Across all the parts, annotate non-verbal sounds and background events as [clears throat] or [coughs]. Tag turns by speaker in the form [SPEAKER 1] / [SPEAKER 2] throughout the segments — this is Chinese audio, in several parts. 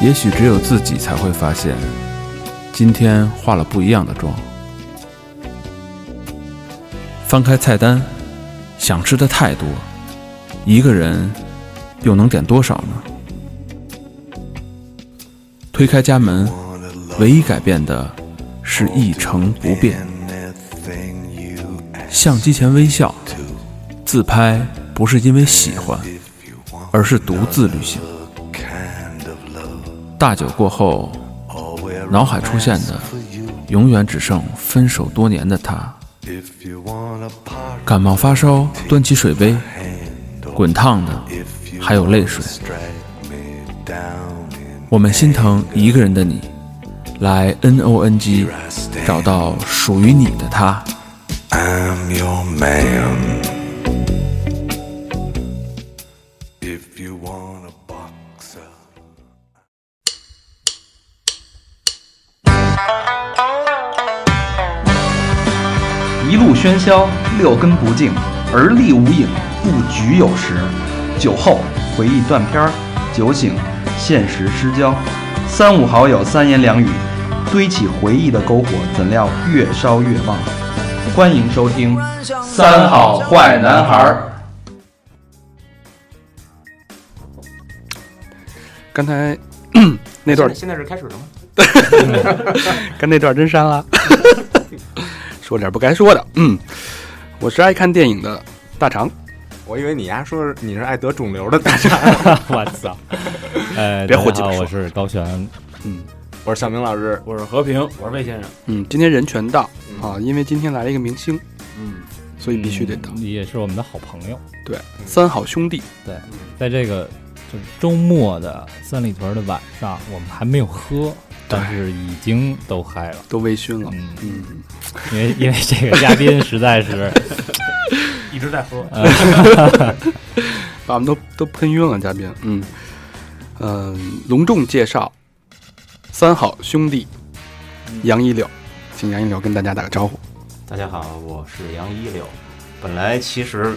[SPEAKER 1] 也许只有自己才会发现，今天化了不一样的妆。翻开菜单，想吃的太多，一个人又能点多少呢？推开家门，唯一改变的是一成不变。相机前微笑，自拍不是因为喜欢，而是独自旅行。大酒过后，脑海出现的永远只剩分手多年的他。感冒发烧，端起水杯，滚烫的，还有泪水。我们心疼一个人的你，来 N O N G，找到属于你的他。
[SPEAKER 2] I'm your man. If you want a boxer.
[SPEAKER 3] 一路喧嚣，六根不净，而立无影，不局有时。酒后回忆断片儿，酒醒现实失焦。三五好友三言两语，堆起回忆的篝火，怎料越烧越旺。欢迎收听《三好坏男孩儿
[SPEAKER 4] 刚
[SPEAKER 5] [clears throat]
[SPEAKER 4] 才那段
[SPEAKER 5] 现在是开始了吗？
[SPEAKER 4] [laughs] 跟那段真删了， [laughs] 说点不该说的。嗯，我是爱看电影的大肠，
[SPEAKER 5] 我以为你丫说是你是爱得肿瘤的大傻，
[SPEAKER 6] 我
[SPEAKER 7] 啊
[SPEAKER 6] 操！ [laughs] 呃，
[SPEAKER 4] 别
[SPEAKER 6] 大
[SPEAKER 4] 胡
[SPEAKER 6] 家
[SPEAKER 4] 鸡巴
[SPEAKER 6] 好
[SPEAKER 4] 说
[SPEAKER 6] 我是高璇。
[SPEAKER 5] 我是小明老师，
[SPEAKER 7] 我是和平，我是魏先生。
[SPEAKER 4] 嗯，今天人全到
[SPEAKER 5] 嗯
[SPEAKER 4] 啊，因为今天来了一个明星，嗯，所以必须得到。
[SPEAKER 6] 嗯也是我们的好朋友，
[SPEAKER 4] 对，三好兄弟，
[SPEAKER 6] 在这个就是周末的三里屯的晚上，我们还没有喝，但是已经都嗨了。
[SPEAKER 4] 都微醺了，
[SPEAKER 6] 嗯，
[SPEAKER 4] 嗯，
[SPEAKER 6] 因为因为这个嘉宾实
[SPEAKER 7] [laughs]
[SPEAKER 6] 在是，
[SPEAKER 7] 一直在喝，
[SPEAKER 4] 把我们都都喷晕了，嘉宾，嗯，呃，隆重介绍三好兄弟
[SPEAKER 5] 嗯
[SPEAKER 4] 杨一柳，请杨一柳跟大家打个招呼。
[SPEAKER 7] 大家好，我是杨一柳。本来其实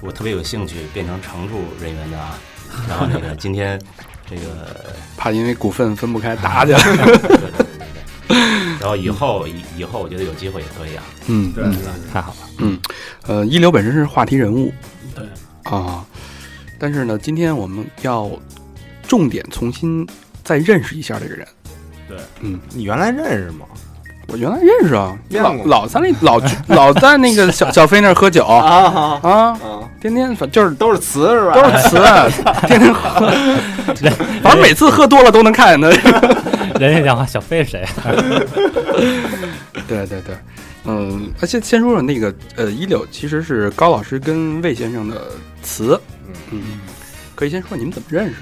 [SPEAKER 7] 我特别有兴趣变成常驻人员的啊，然后那个今天这
[SPEAKER 5] [laughs]
[SPEAKER 7] 个，
[SPEAKER 4] 怕因为股份分不开打起来，
[SPEAKER 7] 对对对对对然后以后以以后我觉得有机会也可以啊。
[SPEAKER 4] 嗯，嗯
[SPEAKER 6] 太好了，
[SPEAKER 4] 呃，一流本身是话题人物，
[SPEAKER 7] 对
[SPEAKER 4] 啊，但是呢，今天我们要重点重新再认识一下这个人。嗯
[SPEAKER 5] 你原来认识吗？
[SPEAKER 4] 我原来认识啊，
[SPEAKER 5] 见
[SPEAKER 4] 老
[SPEAKER 5] 过
[SPEAKER 4] 老在那老老在那个小小飞那儿喝酒啊，
[SPEAKER 5] 啊
[SPEAKER 4] 天天反就是
[SPEAKER 5] 都是词是吧？
[SPEAKER 4] 都是词，啊天天
[SPEAKER 5] [laughs]
[SPEAKER 4] 喝，反正每次喝多了都能看见他。
[SPEAKER 6] 人家讲话小飞是谁啊？
[SPEAKER 4] 对对对，嗯，啊先先说说那个呃，一柳其实是高老师跟魏先生的词，嗯，可以先说你们怎么认识的？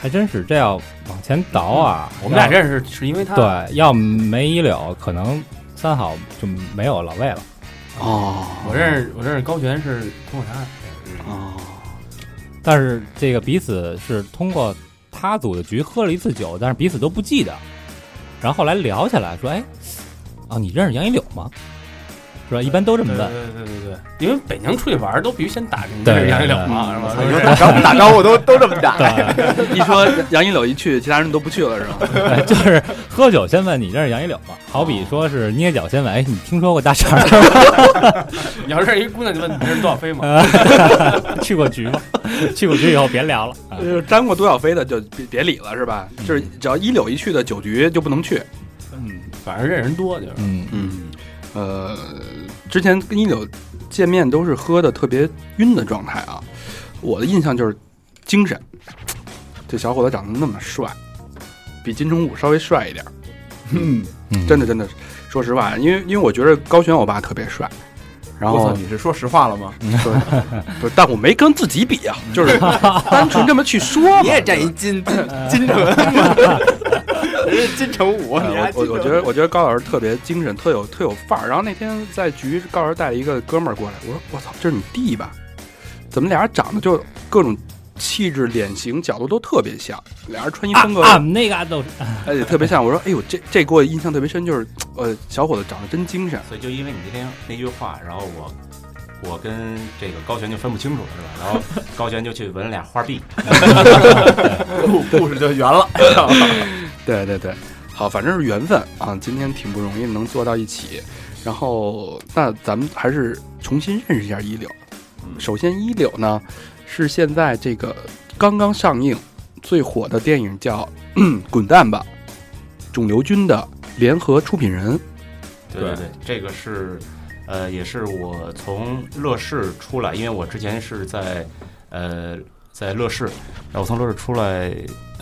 [SPEAKER 6] 还真是这要往前倒啊，
[SPEAKER 7] 嗯我们俩
[SPEAKER 6] 要
[SPEAKER 7] 认识是因为他，
[SPEAKER 6] 对，要没一柳，可能三好就没有老魏了。
[SPEAKER 4] 哦，
[SPEAKER 7] 我认识我认识高璇是通过他，
[SPEAKER 4] 哦，
[SPEAKER 6] 但是这个彼此是通过他组的局喝了一次酒，但是彼此都不记得。然后后来聊起来说，哎，啊，你认识杨一柳吗？是吧？一般都这么
[SPEAKER 7] 对对
[SPEAKER 6] 问。
[SPEAKER 7] 对对对，因为北京出去玩都必须先打听
[SPEAKER 6] 对
[SPEAKER 7] 认识杨一柳
[SPEAKER 6] 对
[SPEAKER 7] 嘛，是吧？
[SPEAKER 5] 你说打招呼打招呼都都这么打，
[SPEAKER 4] [laughs]
[SPEAKER 6] 对，
[SPEAKER 4] 一说杨一柳一去，其他人都不去了是
[SPEAKER 7] [laughs]
[SPEAKER 4] 吧？
[SPEAKER 6] 哎 [laughs] 就是喝酒先问你认识杨一柳吗？好比说是捏脚先问，哎，你听说过大肠儿
[SPEAKER 7] [laughs] 你要认识一姑娘就问你认识杜小飞嘛，
[SPEAKER 6] [laughs] 去过局吗？去过局以后别聊了。啊
[SPEAKER 4] 就是沾过杜小飞的就别别理了是吧？就是只要一柳一去的酒局就不能去。
[SPEAKER 7] 反正认识人多就是。
[SPEAKER 6] 嗯，
[SPEAKER 4] 嗯，呃，之前跟一柳见面都是喝的特别晕的状态啊。我的印象就是精神，这小伙子长得那么帅，比金城武稍微帅一点儿。
[SPEAKER 6] 嗯
[SPEAKER 4] 真的真的，说实话，因为因为我觉得高璇我爸特别帅，然
[SPEAKER 5] 我
[SPEAKER 4] 后
[SPEAKER 5] 操，你是说实话了吗？
[SPEAKER 4] [laughs] 不是，但我没跟自己
[SPEAKER 5] [laughs]
[SPEAKER 4] 比啊，就是单纯这么去说嘛。
[SPEAKER 5] 你也占一金金 [laughs] 金城吗？
[SPEAKER 4] [laughs]
[SPEAKER 5] 人家金城武，你
[SPEAKER 4] 呃
[SPEAKER 5] 还
[SPEAKER 4] 我我我觉得我觉得高老师特别精神，特有特有范儿。然后那天在局，高老师带了一个哥们儿过来，我说我操，这是你弟吧？怎么俩人长得就各种气质、脸型、角度都特别像，俩人穿衣风格
[SPEAKER 6] 啊，那个都是
[SPEAKER 4] 而且特别像。我说哎呦，这这给我印象特别深，就是呃，小伙子长得真精神。
[SPEAKER 7] 所以就因为你那天那句话，然后我我跟这个高璇就分不清楚了，是吧？然后高璇就去闻了俩花臂，
[SPEAKER 5] 故故事就圆了。
[SPEAKER 4] 对对对，好，反正是缘分啊，今天挺不容易能坐到一起，然后那咱们还是重新认识一下一柳。首先，一柳呢是现在这个刚刚上映最火的电影叫《滚蛋吧，肿瘤君》的联合出品人。
[SPEAKER 7] 对对对，这个是，呃，也是我从乐视出来，因为我之前是在，呃，在乐视，然后我从乐视出来，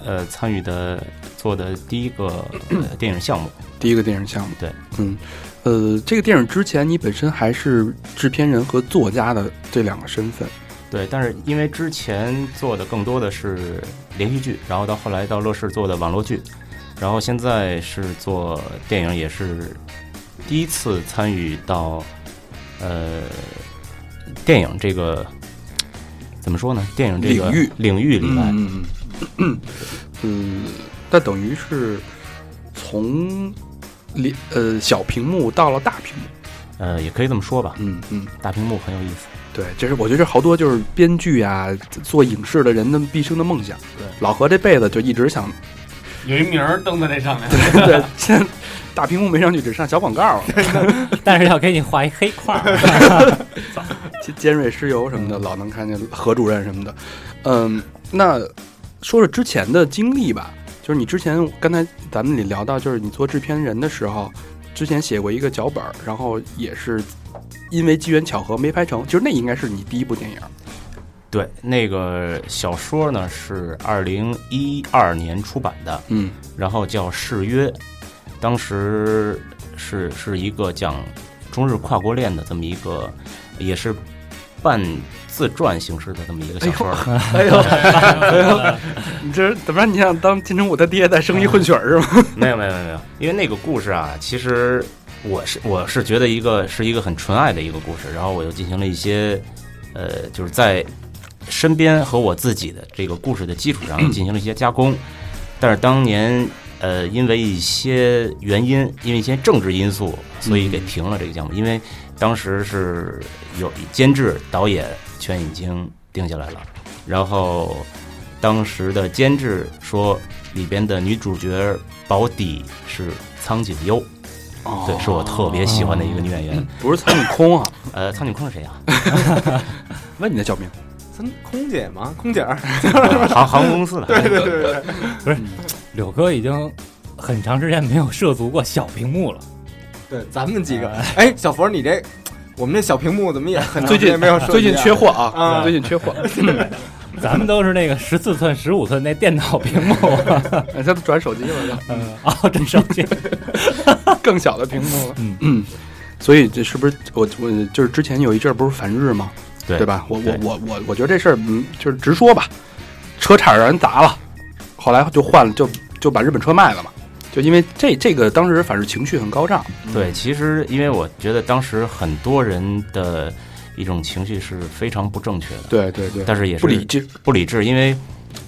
[SPEAKER 7] 呃，参与的做的第一个、呃电影项目，
[SPEAKER 4] 第一个电影项目。
[SPEAKER 7] 对，
[SPEAKER 4] 嗯，呃，这个电影之前你本身还是制片人和作家的这两个身份，
[SPEAKER 7] 对，但是因为之前做的更多的是连续剧，然后到后来到乐视做的网络剧，然后现在是做电影，也是第一次参与到呃电影这个怎么说呢？电影这个
[SPEAKER 4] 领域
[SPEAKER 7] 领域里来，
[SPEAKER 4] 嗯嗯嗯，呃，那等于是从里呃小屏幕到了大屏幕，
[SPEAKER 7] 呃，也可以这么说吧。
[SPEAKER 4] 嗯嗯，
[SPEAKER 7] 大屏幕很有意思，
[SPEAKER 4] 对，这是我觉得这好多就是编剧啊，做影视的人的毕生的梦想。
[SPEAKER 5] 对，
[SPEAKER 4] 老何这辈子就一直想，
[SPEAKER 5] 有一名儿登在那上面，
[SPEAKER 4] [laughs] 对，现在大屏幕没上去，只上小广告了，
[SPEAKER 6] 但是要给你画一黑块儿，
[SPEAKER 4] 尖尖锐湿疣什么的，老能看见何主任什么的。嗯，那说说之前的经历吧，就是你之前刚才咱们也聊到，就是你做制片人的时候，之前写过一个脚本儿，然后也是因为机缘巧合没拍成，就是那应该是你第一部电影。
[SPEAKER 7] 对，那个小说呢是二零一二年出版的，
[SPEAKER 4] 嗯
[SPEAKER 7] 然后叫《誓约》，当时是是一个讲中日跨国恋的这么一个，也是半自传形式的这么一个小说。
[SPEAKER 4] [laughs] 哎呦，哎呦，你这怎么让你想当金城武他爹在生一混血儿是吗？ [laughs]
[SPEAKER 7] 没有没有没有没有，因为那个故事啊，其实我是我是觉得一个是一个很纯爱的一个故事，然后我又进行了一些呃，就是在身边和我自己的这个故事的基础上进行了一些加工，但是当年。呃，因为一些原因，因为一些政治因素，所以给停了这个项目。因为当时是有监制、导演全已经定下来了，然后当时的监制说里边的女主角保底是苍井优，
[SPEAKER 5] 哦
[SPEAKER 7] 对，是我特别喜欢的一个女演
[SPEAKER 5] 嗯
[SPEAKER 7] 员。
[SPEAKER 4] 不是苍井空啊？
[SPEAKER 7] 呃，苍井空是谁啊？ [laughs]
[SPEAKER 4] 问你的小名，
[SPEAKER 5] 咱空姐嘛，空姐儿，
[SPEAKER 7] 航航空公司
[SPEAKER 5] [laughs]
[SPEAKER 7] 的。
[SPEAKER 5] 对对对对，
[SPEAKER 6] [laughs] 柳哥已经很长时间没有涉足过小屏幕了。
[SPEAKER 5] 对，咱们几个，哎，小佛，你这我们这小屏幕怎么也很长时间没有设计啊
[SPEAKER 4] 最近缺货啊，
[SPEAKER 5] 啊
[SPEAKER 4] 最近缺货， [laughs]
[SPEAKER 5] [laughs]
[SPEAKER 6] 咱们都是那个十四寸、十五寸那电脑屏
[SPEAKER 8] [laughs]
[SPEAKER 6] 幕，
[SPEAKER 4] 哎他都转手机了，
[SPEAKER 6] 嗯，哦，真生气。
[SPEAKER 4] 更小的屏幕了。
[SPEAKER 6] 嗯
[SPEAKER 4] 嗯，所以这是不是我我就是之前有一阵儿不是反日吗？
[SPEAKER 7] [laughs] 对
[SPEAKER 4] 吧？我我
[SPEAKER 7] 对
[SPEAKER 4] 我我我觉得这事儿嗯，就是直说吧，车差点让人砸了，后来就换了，就就把日本车卖了嘛。就因为这这个当时反正情绪很高涨，
[SPEAKER 5] 嗯
[SPEAKER 7] 对，其实因为我觉得当时很多人的一种情绪是非常不正确的，
[SPEAKER 4] 对对对，
[SPEAKER 7] 但是也是
[SPEAKER 4] 不理智，
[SPEAKER 7] 不理智，因为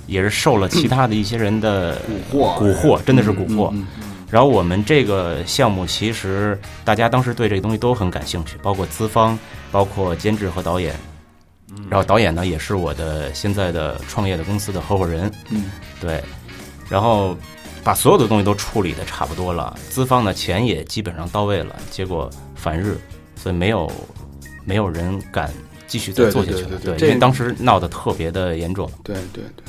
[SPEAKER 7] 也是受了其他的一些人的
[SPEAKER 4] 嗯
[SPEAKER 5] 蛊惑，
[SPEAKER 7] 蛊惑，真的是蛊惑。
[SPEAKER 4] 嗯嗯
[SPEAKER 7] 然后我们这个项目其实大家当时对这个东西都很感兴趣，包括资方，包括监制和导演。
[SPEAKER 4] 嗯
[SPEAKER 7] 然后导演呢也是我的现在的创业的公司的合伙人，
[SPEAKER 4] 嗯，
[SPEAKER 7] 对。然后把所有的东西都处理的差不多了，资方呢钱也基本上到位了，结果反日，所以没有没有人敢继续再
[SPEAKER 4] 对
[SPEAKER 7] 做下
[SPEAKER 4] 对
[SPEAKER 7] 去
[SPEAKER 4] 对
[SPEAKER 7] 了，
[SPEAKER 4] 对对
[SPEAKER 7] 因
[SPEAKER 4] 这
[SPEAKER 7] 为当时闹得特别的严重。
[SPEAKER 4] 对对对，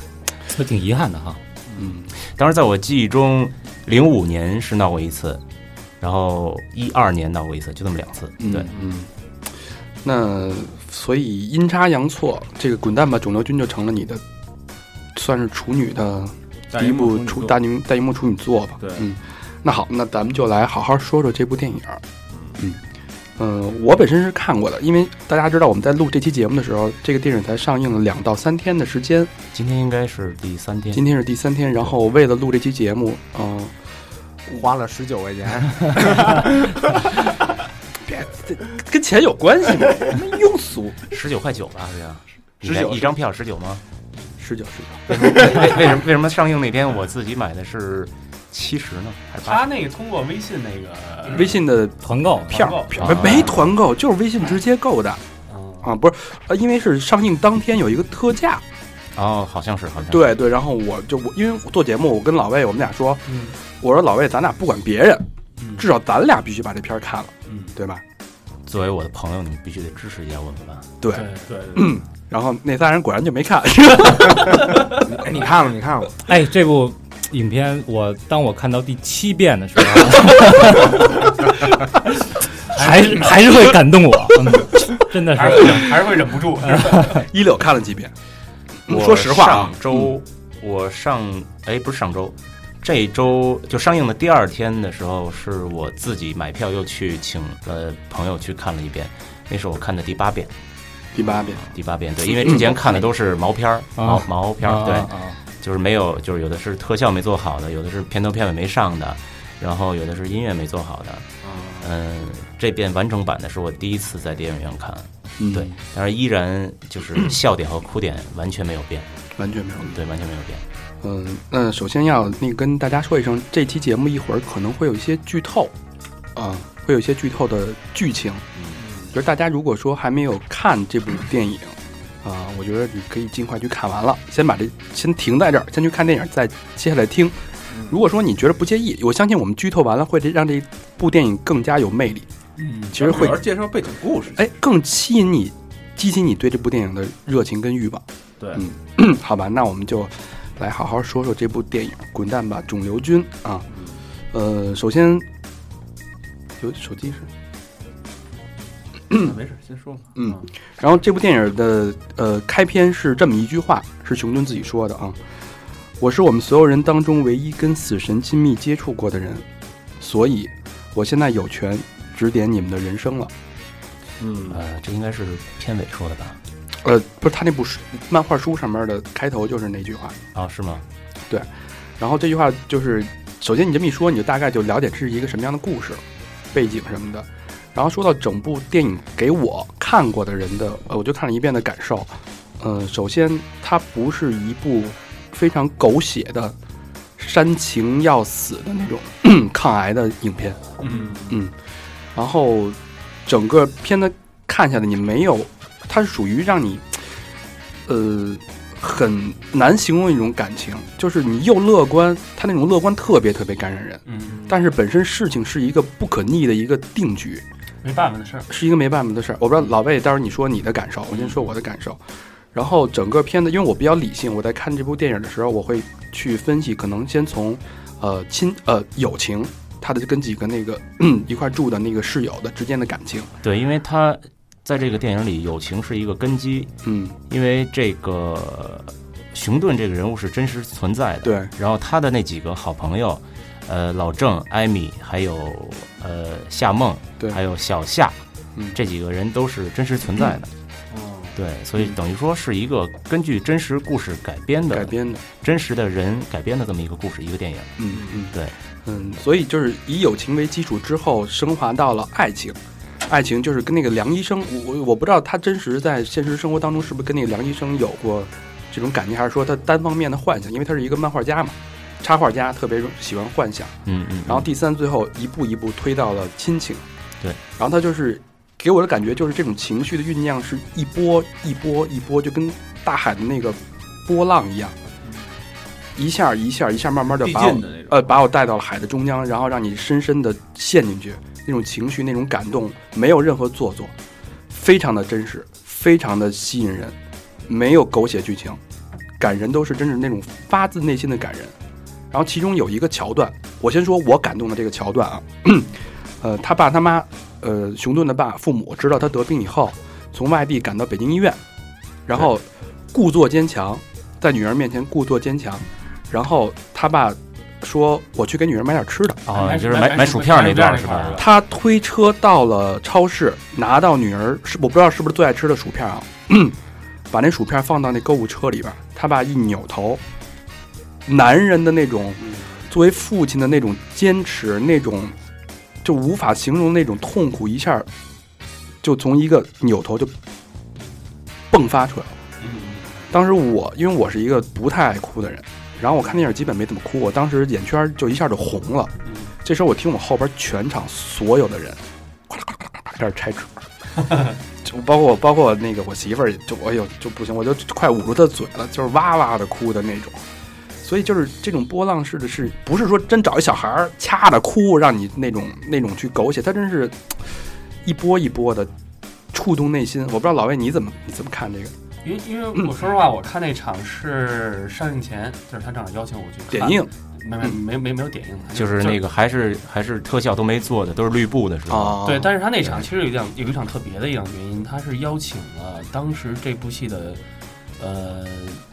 [SPEAKER 6] 都挺遗憾的哈。
[SPEAKER 4] 嗯，
[SPEAKER 7] 当时在我记忆中，零五年是闹过一次，然后一二年闹过一次，就这么两次。对，，
[SPEAKER 4] 嗯。那所以阴差阳错，这个《滚蛋吧，肿瘤君》就成了你的，算是处女的第一部处大荧大荧幕处女作吧。
[SPEAKER 1] 对
[SPEAKER 4] 嗯，那好，那咱们就来好好说说这部电影。嗯，呃，我本身是看过的，因为大家知道我们在录这期节目的时候，这个电影才上映了两到三天的时间，
[SPEAKER 7] 今天应该是第三天
[SPEAKER 4] 今。天是第三天。然后为了录这期节目，嗯、
[SPEAKER 5] 花了十九块
[SPEAKER 4] [laughs]
[SPEAKER 5] 钱，
[SPEAKER 4] 跟钱有关
[SPEAKER 5] [laughs]
[SPEAKER 4] 系吗？庸俗，
[SPEAKER 7] 十九块九吧，好像。
[SPEAKER 5] 19
[SPEAKER 7] 一张票十九吗？
[SPEAKER 4] [laughs] 十九十九，
[SPEAKER 7] 为为什么为什么上映那天我自己买的是七十呢？还是八
[SPEAKER 8] 他
[SPEAKER 6] 啊
[SPEAKER 7] 十？
[SPEAKER 8] 那个通过微信那个
[SPEAKER 4] 微信的
[SPEAKER 6] 团购
[SPEAKER 4] 票
[SPEAKER 8] 团购
[SPEAKER 5] 啊
[SPEAKER 4] 票没团购，就是微信直接购的。
[SPEAKER 7] 哦
[SPEAKER 4] 啊，不是，呃，因为是上映当天有一个特价，
[SPEAKER 5] 嗯
[SPEAKER 7] 哦，好像是，好像是，
[SPEAKER 4] 对对，然后我就我因为我做节目，我跟老魏我们俩说，
[SPEAKER 5] 嗯
[SPEAKER 4] 我说老魏，咱俩不管别人，
[SPEAKER 5] 嗯
[SPEAKER 4] 至少咱俩必须把这片儿看了，
[SPEAKER 5] 嗯
[SPEAKER 4] 对吧？
[SPEAKER 7] 作为我的朋友，你们必须得支持一下文文。
[SPEAKER 4] 对，
[SPEAKER 5] 对
[SPEAKER 4] 然后那仨人果然就没看， [laughs]
[SPEAKER 5] 对，哎，你看了，你看了，
[SPEAKER 6] 哎，这部影片我当我看到第七遍的
[SPEAKER 8] [laughs]
[SPEAKER 6] 时候，还是还是会感动我，嗯真的
[SPEAKER 8] 还
[SPEAKER 6] 是
[SPEAKER 8] 是会还是会忍不住。
[SPEAKER 4] 一柳看了几遍，
[SPEAKER 7] 我
[SPEAKER 4] 说实话啊
[SPEAKER 7] 上周我上哎不是上周，这周就上映的第二天的时候，是我自己买票又去请了朋友去看了一遍，那是我看的第八遍，
[SPEAKER 4] 第八遍，
[SPEAKER 7] 第八遍对，因为之
[SPEAKER 4] 嗯
[SPEAKER 7] 前看的都是毛片儿，毛
[SPEAKER 6] 啊
[SPEAKER 7] 毛片
[SPEAKER 6] 啊
[SPEAKER 7] 儿对，
[SPEAKER 6] 啊
[SPEAKER 7] 就是没有，就是有的是特效没做好的，有的是片头片尾没上的，然后有的是音乐没做好的。
[SPEAKER 4] 啊
[SPEAKER 7] 嗯，这遍完整版的是我第一次在电影院看，
[SPEAKER 4] 嗯
[SPEAKER 7] 对，，但是依然就是笑点和哭点完全没有变，
[SPEAKER 4] 完全没有。
[SPEAKER 7] 对，完全没有变。
[SPEAKER 4] 嗯，那首先要那个跟大家说一声，这期节目一会儿可能会有一些剧透，啊、会有一些剧透的剧情。
[SPEAKER 8] 嗯
[SPEAKER 4] 就是大家如果说还没有看这部电影，啊、
[SPEAKER 8] 嗯
[SPEAKER 4] 我觉得你可以尽快去看完了，先把这先停在这儿，先去看电影，再接下来听。
[SPEAKER 8] 嗯
[SPEAKER 4] 如果说你觉得不介意，我相信我们剧透完了会让这部电影更加有魅力，
[SPEAKER 8] 嗯，
[SPEAKER 4] 其实会
[SPEAKER 8] 主要是介绍背景故事。
[SPEAKER 4] 哎，更吸引你，激起你对这部电影的热情跟欲望。
[SPEAKER 8] 对
[SPEAKER 4] 嗯， [coughs] 好吧，那我们就来好好说说这部电影《滚蛋吧，肿瘤君》啊。
[SPEAKER 8] 嗯
[SPEAKER 4] 呃，首先，有手机是，
[SPEAKER 8] 没事，先说吧。
[SPEAKER 4] 嗯，然后这部电影的呃开篇是这么一句话，是熊顿自己说的啊：“我是我们所有人当中唯一跟死神亲密接触过的人，所以我现在有权指点你们的人生了。”
[SPEAKER 8] 嗯，
[SPEAKER 7] 呃，这应该是片尾说的吧？
[SPEAKER 4] 呃，不是他那部书漫画书上面的开头就是那句话，
[SPEAKER 7] 啊，是吗？
[SPEAKER 4] 然后这句话就是，首先你这么一说，你就大概就了解这是一个什么样的故事，背景什么的。然后说到整部电影给我看过的人的，呃，我就看了一遍的感受。嗯、首先它不是一部非常狗血的煽情要死的那种 [clears throat] 抗癌的影片，
[SPEAKER 8] 嗯
[SPEAKER 4] 嗯，然后整个片子看下来，你没有，它是属于让你，呃，很难形容一种感情，就是你又乐观，他那种乐观特别特别感染人，
[SPEAKER 8] 嗯，
[SPEAKER 4] 但是本身事情是一个不可逆的一个定局，
[SPEAKER 8] 没办法的事儿。
[SPEAKER 4] 是一个没办法的事儿。我不知道老魏，待会儿你说你的感受，我先说我的感受。然后整个片子，因为我比较理性，我在看这部电影的时候，我会去分析，可能先从呃亲呃友情，他的跟几个那个 [clears throat] 一块住的那个室友的之间的感情，
[SPEAKER 7] 对，因为他在这个电影里，友情是一个根基，
[SPEAKER 4] 嗯，
[SPEAKER 7] 因为这个熊顿这个人物是真实存在的。
[SPEAKER 4] 对，
[SPEAKER 7] 然后他的那几个好朋友，呃，老郑、艾米，还有呃夏梦，
[SPEAKER 4] 对
[SPEAKER 7] 还有小夏，
[SPEAKER 4] 嗯
[SPEAKER 7] 这几个人都是真实存在的。
[SPEAKER 8] 哦，
[SPEAKER 7] 对，所以等于说是一个根据真实故事改编的、
[SPEAKER 4] 嗯改编的，
[SPEAKER 7] 真实的人改编的这么一个故事，一个电影。
[SPEAKER 4] 嗯嗯，
[SPEAKER 7] 对，
[SPEAKER 4] 嗯，所以就是以友情为基础之后，升华到了爱情。爱情就是跟那个梁医生，我我我不知道他真实在现实生活当中是不是跟那个梁医生有过这种感情，还是说他单方面的幻想？因为他是一个漫画家嘛，插画家特别喜欢幻想。
[SPEAKER 7] 嗯嗯。
[SPEAKER 4] 然后第三，最后一步一步推到了亲情。
[SPEAKER 7] 对，
[SPEAKER 4] 然后他就是给我的感觉就是这种情绪的酝酿是一波一波一波，就跟大海的那个波浪一样，一下一下一下慢慢的
[SPEAKER 8] 递
[SPEAKER 4] 把我
[SPEAKER 8] 进的那种。
[SPEAKER 4] 呃，把我带到了海的中央，然后让你深深的陷进去，那种情绪，那种感动，没有任何做作，非常的真实，非常的吸引人，没有狗血剧情，感人都是真是那种发自内心的感人。然后其中有一个桥段，我先说我感动的这个桥段啊，呃，他爸他妈，呃，熊顿的爸父母知道他得病以后，从外地赶到北京医院，然后故作坚强，在女儿面前故作坚强，然后他爸说：“我去给女儿买点吃的。
[SPEAKER 7] 哦，
[SPEAKER 8] 买
[SPEAKER 7] 就是
[SPEAKER 8] 买
[SPEAKER 7] 买
[SPEAKER 8] 买
[SPEAKER 7] 薯片儿那段
[SPEAKER 8] 买
[SPEAKER 7] 儿
[SPEAKER 8] 薯
[SPEAKER 7] 是
[SPEAKER 8] 片儿那
[SPEAKER 7] 吧
[SPEAKER 8] 段儿？”
[SPEAKER 4] 他推车到了超市，拿到女儿是我不知道是不是最爱吃的薯片啊， [clears throat] 把那薯片放到那购物车里边。他爸一扭头，男人的那种作为父亲的那种坚持，那种就无法形容那种痛苦，一下就从一个扭头就迸发出来了。当时我因为我是一个不太爱哭的人，然后我看电影基本没怎么哭，我当时眼圈就一下就红了。这
[SPEAKER 8] [laughs]
[SPEAKER 4] 时候我听我后边全场所有的人，咔啦咔啦咔啦咔啦开始拆纸，就包括包括那个我媳妇儿也，就我有就不行，我就快捂住她嘴了，就是哇哇的哭的那种。所以就是这种波浪式的是，不是说真找一小孩儿掐着哭，让你那种那种去狗血，他真是一波一波的触动内心。我不知道老魏你怎么你怎么看这个嗯
[SPEAKER 8] 因为因为我说实话，我看那场是上映前，就是他正好邀请我去看
[SPEAKER 4] 点映，
[SPEAKER 8] 没没没没没有点映，
[SPEAKER 7] 就是那个还是还是特效都没做的，都是绿布的时候，
[SPEAKER 4] 啊？
[SPEAKER 8] 对，但是他那场其实有一场有一场特别的一场原因，他是邀请了当时这部戏的呃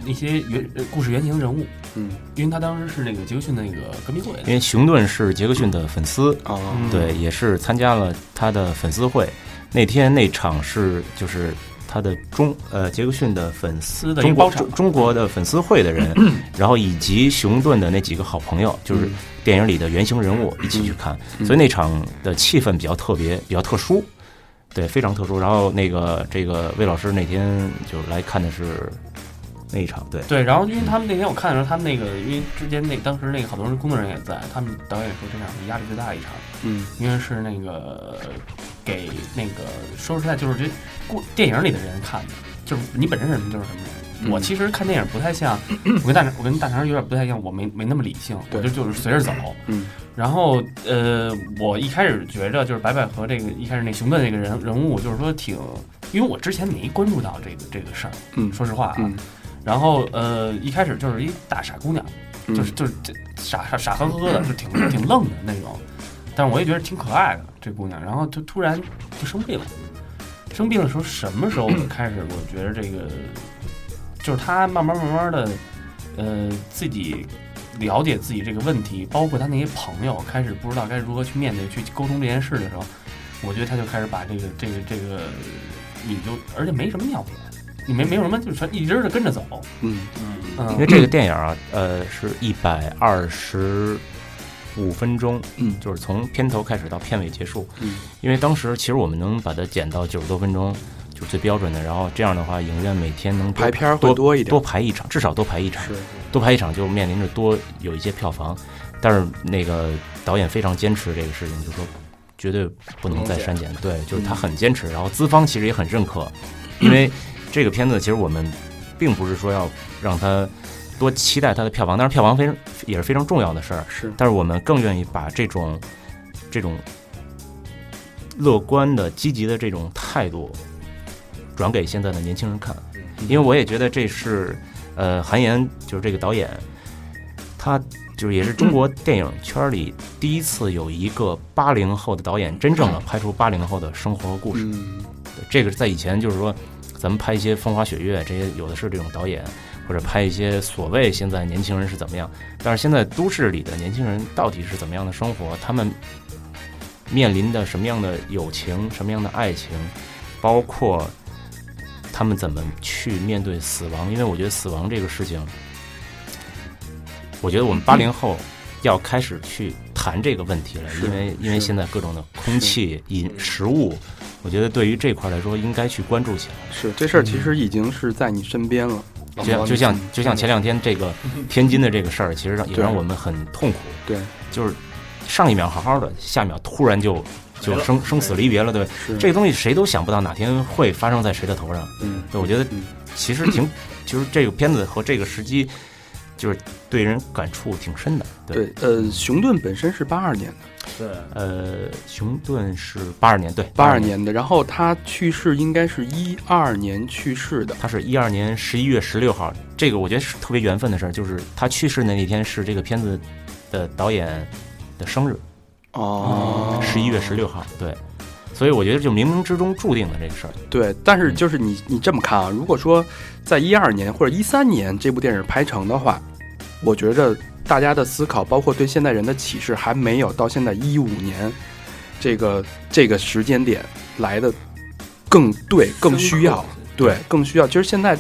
[SPEAKER 8] 一些原呃故事原型人物，
[SPEAKER 4] 嗯
[SPEAKER 8] 因为他当时是那个杰克逊的那个革命队
[SPEAKER 7] 因为熊顿是杰克逊的粉丝，
[SPEAKER 4] 啊，
[SPEAKER 8] 嗯
[SPEAKER 7] 对，也是参加了他的粉丝会。那天那场是就是他的中呃杰克逊的粉丝
[SPEAKER 8] 丝的一
[SPEAKER 7] 中
[SPEAKER 8] 个
[SPEAKER 7] 国嗯
[SPEAKER 8] 包场
[SPEAKER 7] 中，中国的粉丝会的人，然后以及熊顿的那几个好朋友，就是电影里的原型人物一起去看，所以那场的气氛比较特别，比较特殊，对，非常特殊。然后那个这个魏老师那天就来看的是那一场，对，
[SPEAKER 8] 对，然后因为他们那天我看的时候，他们那个因为之前那当时那个好多人工作人员也在，他们导演说这场是压力最大的一场，
[SPEAKER 4] 嗯，
[SPEAKER 8] 因为是那个给那个说实在就是这故电影里的人看的，就是你本身是什么就是什么人。
[SPEAKER 4] 嗯
[SPEAKER 8] 我其实看电影不太像，我跟大肠我跟大肠有点不太一样，我没没那么理性，我就就是随着走。
[SPEAKER 4] 嗯，
[SPEAKER 8] [laughs] 然后呃，我一开始觉着就是白百合这个一开始那熊顿那个人人物，就是说挺，因为我之前没关注到这个这个事儿，
[SPEAKER 4] 嗯
[SPEAKER 8] 说实话啊，
[SPEAKER 4] 嗯
[SPEAKER 8] 然后呃，一开始就是一大傻姑娘，
[SPEAKER 4] 嗯
[SPEAKER 8] 就是就是这傻傻傻呵呵的，就挺挺愣的那种。但是我也觉得挺可爱的这姑娘，然后就突然就生病了。生病的时候，什么时候我开始我觉得这个， [coughs] 就是她慢慢慢慢的，呃，自己了解自己这个问题，包括她那些朋友开始不知道该如何去面对、去沟通这件事的时候，我觉得她就开始把这个这个这个，你就而且没什么尿点，你没没有什么，就是一直的跟着走，
[SPEAKER 4] 嗯
[SPEAKER 7] 因为这个电影啊，呃，是一百二十五分钟，
[SPEAKER 4] 嗯
[SPEAKER 7] 就是从片头开始到片尾结束。
[SPEAKER 4] 嗯，
[SPEAKER 7] 因为当时其实我们能把它剪到九十多分钟，就是最标准的。然后这样的话，影院每天能多
[SPEAKER 4] 排片儿会多一点
[SPEAKER 7] 多排一场，至少多排一场，
[SPEAKER 4] 是
[SPEAKER 7] 多排一场就面临着多有一些票房。但是那个导演非常坚持这个事情，就说绝对不能再删减。对，就是他很坚持。然后资方其实也很认 [clears throat] 可，因为这个片子其实我们并不是说要让它多期待它的票房，但是票房非常也是非常重要的事儿。
[SPEAKER 4] 是，
[SPEAKER 7] 但是我们更愿意把这种这种乐观的、积极的这种态度转给现在的年轻人看，因为我也觉得这是呃韩延就是这个导演，他就是也是中国电影圈里第一次有一个八零后的导演真正的拍出八零后的生活和故事。
[SPEAKER 4] 嗯
[SPEAKER 7] 这个在以前就是说，咱们拍一些风花雪月，这些有的是这种导演，或者拍一些所谓现在年轻人是怎么样，但是现在都市里的年轻人到底是怎么样的生活，他们面临的什么样的友情，什么样的爱情，包括他们怎么去面对死亡，因为我觉得死亡这个事情，我觉得我们八零后。要开始去谈这个问题了，因为因为现在各种的空气、饮食物，我觉得对于这块来说，应该去关注起来。
[SPEAKER 4] 是，这事儿其实已经是在你身边了，
[SPEAKER 7] 就像就像就
[SPEAKER 4] 嗯
[SPEAKER 7] 像前两天这个天津的这个事儿，其实让也
[SPEAKER 4] 对
[SPEAKER 7] 让我们很痛苦。
[SPEAKER 4] 对，
[SPEAKER 7] 就是上一秒好好的，下一秒突然就就生生死离别了，对吧？
[SPEAKER 4] 哎是
[SPEAKER 7] 这个东西谁都想不到哪天会发生在谁的头上。
[SPEAKER 4] 嗯
[SPEAKER 7] 对，我觉得
[SPEAKER 4] 嗯
[SPEAKER 7] 其实挺， [coughs] 就是这个片子和这个时机，就是对人感触挺深的。
[SPEAKER 4] 对，呃，熊顿本身是八二年的。
[SPEAKER 7] 呃，熊顿是八二年，对，
[SPEAKER 4] 八二
[SPEAKER 7] 82，
[SPEAKER 4] 年的，然后他去世应该是一二年去世的，
[SPEAKER 7] 他是一二年十一月十六号，这个我觉得是特别缘分的事儿，就是他去世的那一天是这个片子的导演的生日，
[SPEAKER 4] 哦
[SPEAKER 7] 十一月十六号，对，所以我觉得就冥冥之中注定的这个事儿，
[SPEAKER 4] 对，但是就是你你这么看啊，如果说在一二年或者一三年这部电影拍成的话，我觉着大家的思考，包括对现代人的启示，还没有到现在一五年这个这个时间点来的更对、更需要，对，更需要。其实现在，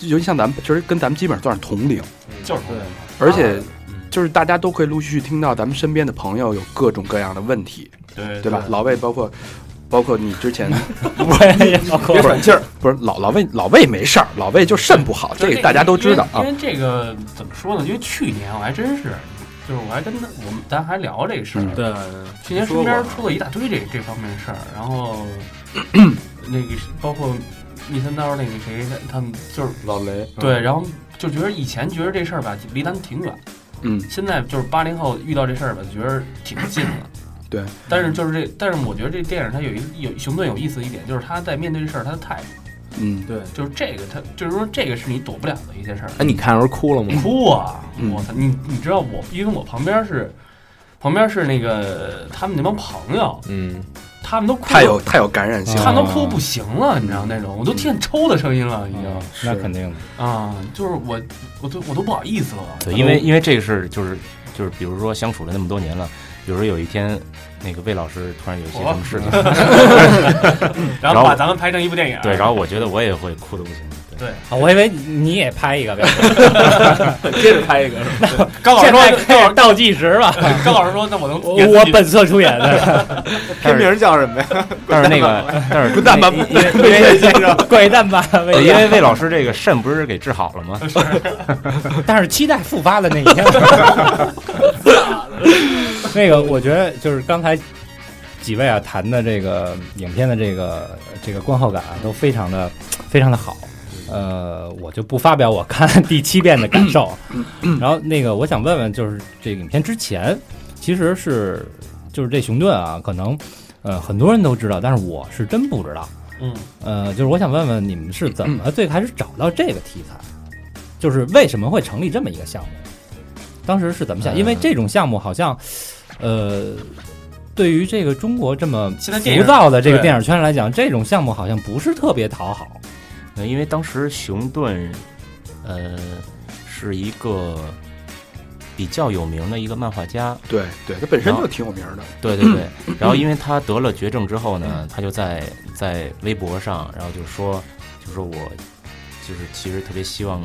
[SPEAKER 4] 尤其像咱们，其实跟咱们基本上算是同龄，
[SPEAKER 8] 就是同
[SPEAKER 4] 而且就是大家都可以陆续听到咱们身边的朋友有各种各样的问题，
[SPEAKER 8] 对
[SPEAKER 4] 对吧？老魏包括。包括你之前
[SPEAKER 8] 别喘气儿，
[SPEAKER 4] 不是老老魏，老魏没事儿，老魏就肾不好，这个大家都知道
[SPEAKER 8] 因
[SPEAKER 4] 啊
[SPEAKER 8] 为。因为这个怎么说呢？因为去年我还真是，就是我还跟他我们咱还聊这个事儿。
[SPEAKER 4] 嗯 [clears throat]
[SPEAKER 8] 对，去年身边出了一大堆这这方面的事儿，然后。那个是包括密三刀那个谁，他他们就是
[SPEAKER 5] 老雷，
[SPEAKER 8] 对，然后就觉得以前觉得这事儿吧离咱们挺远，
[SPEAKER 4] 嗯，
[SPEAKER 8] 现在就是八零后遇到这事儿吧，觉得挺近的。
[SPEAKER 4] 对，
[SPEAKER 8] 但是就是这，但是我觉得这电影它有一有熊顿有意思的一点，就是他在面对这事儿他的态度，
[SPEAKER 4] 嗯，
[SPEAKER 8] 对，就是这个他就是说这个是你躲不了的一件事儿。
[SPEAKER 5] 哎，你看的时候哭了吗？
[SPEAKER 8] 哭啊！
[SPEAKER 4] 嗯
[SPEAKER 8] 我操，你你知道我，因为我旁边是旁边是那个他们那帮朋友，
[SPEAKER 5] 嗯，
[SPEAKER 8] 他们都哭
[SPEAKER 4] 太有太有感染性了，
[SPEAKER 8] 他们都哭不行了，你知道那种，我都听见抽的声音了，已经
[SPEAKER 6] 那肯定的。
[SPEAKER 8] 啊，就是我我都我都不好意思了，
[SPEAKER 7] 对，因为因为这个是就是就是，比如说相处了那么多年了，比如说有一天，那个魏老师突然有一些什么事情，
[SPEAKER 8] 然
[SPEAKER 7] 然
[SPEAKER 8] 后
[SPEAKER 7] 后
[SPEAKER 8] 把咱们拍成一部电影，
[SPEAKER 7] 对，然后我觉得我也会哭的不行。对，
[SPEAKER 8] 对，
[SPEAKER 6] 啊我以为你也拍一
[SPEAKER 8] [laughs]
[SPEAKER 6] 个，
[SPEAKER 5] 接着拍一个，
[SPEAKER 8] 高老师
[SPEAKER 6] [laughs] 现在
[SPEAKER 8] 说，
[SPEAKER 6] 开始倒计时吧。
[SPEAKER 8] 高老师说，那我能
[SPEAKER 6] 我
[SPEAKER 8] 演自
[SPEAKER 6] 我
[SPEAKER 8] 己
[SPEAKER 6] 本色出演的，
[SPEAKER 5] 片名叫什么呀？
[SPEAKER 7] 但是那
[SPEAKER 6] [laughs]
[SPEAKER 7] 个但是滚蛋吧，因为因为
[SPEAKER 6] 对 [laughs] 怪诞吧？
[SPEAKER 7] [laughs] 对因为魏老师这个肾不是给治好了吗？
[SPEAKER 6] 但是期待复发的那一天。 [laughs] 那个，我觉得就是刚才几位啊谈的这个影片的这个这个观后感啊，都非常的非常的好。呃，我就不发表我看第七遍的感受。然后那个，我想问问，就是这个影片之前，其实是就是这熊顿啊，可能呃很多人都知道，但是我是真不知道。
[SPEAKER 8] 嗯，
[SPEAKER 6] 呃，就是我想问问你们是怎么最开始找到这个题材，就是为什么会成立这么一个项目？当时是怎么
[SPEAKER 7] 呃
[SPEAKER 6] 想？因为这种项目好像，呃，对于这个中国这么
[SPEAKER 8] 现在电影
[SPEAKER 6] 浮躁的这个
[SPEAKER 8] 对
[SPEAKER 6] 电影圈来讲，这种项目好像不是特别讨好。
[SPEAKER 7] 呃因为当时熊顿，呃，是一个比较有名的一个漫画家，
[SPEAKER 4] 对对，他本身就挺有名的，
[SPEAKER 7] 对对
[SPEAKER 4] [clears throat]
[SPEAKER 7] 对，
[SPEAKER 4] [laughs]
[SPEAKER 7] 然后因为他得了绝症之后呢，他就在在微博上，然后就说，就说我就是其实特别希望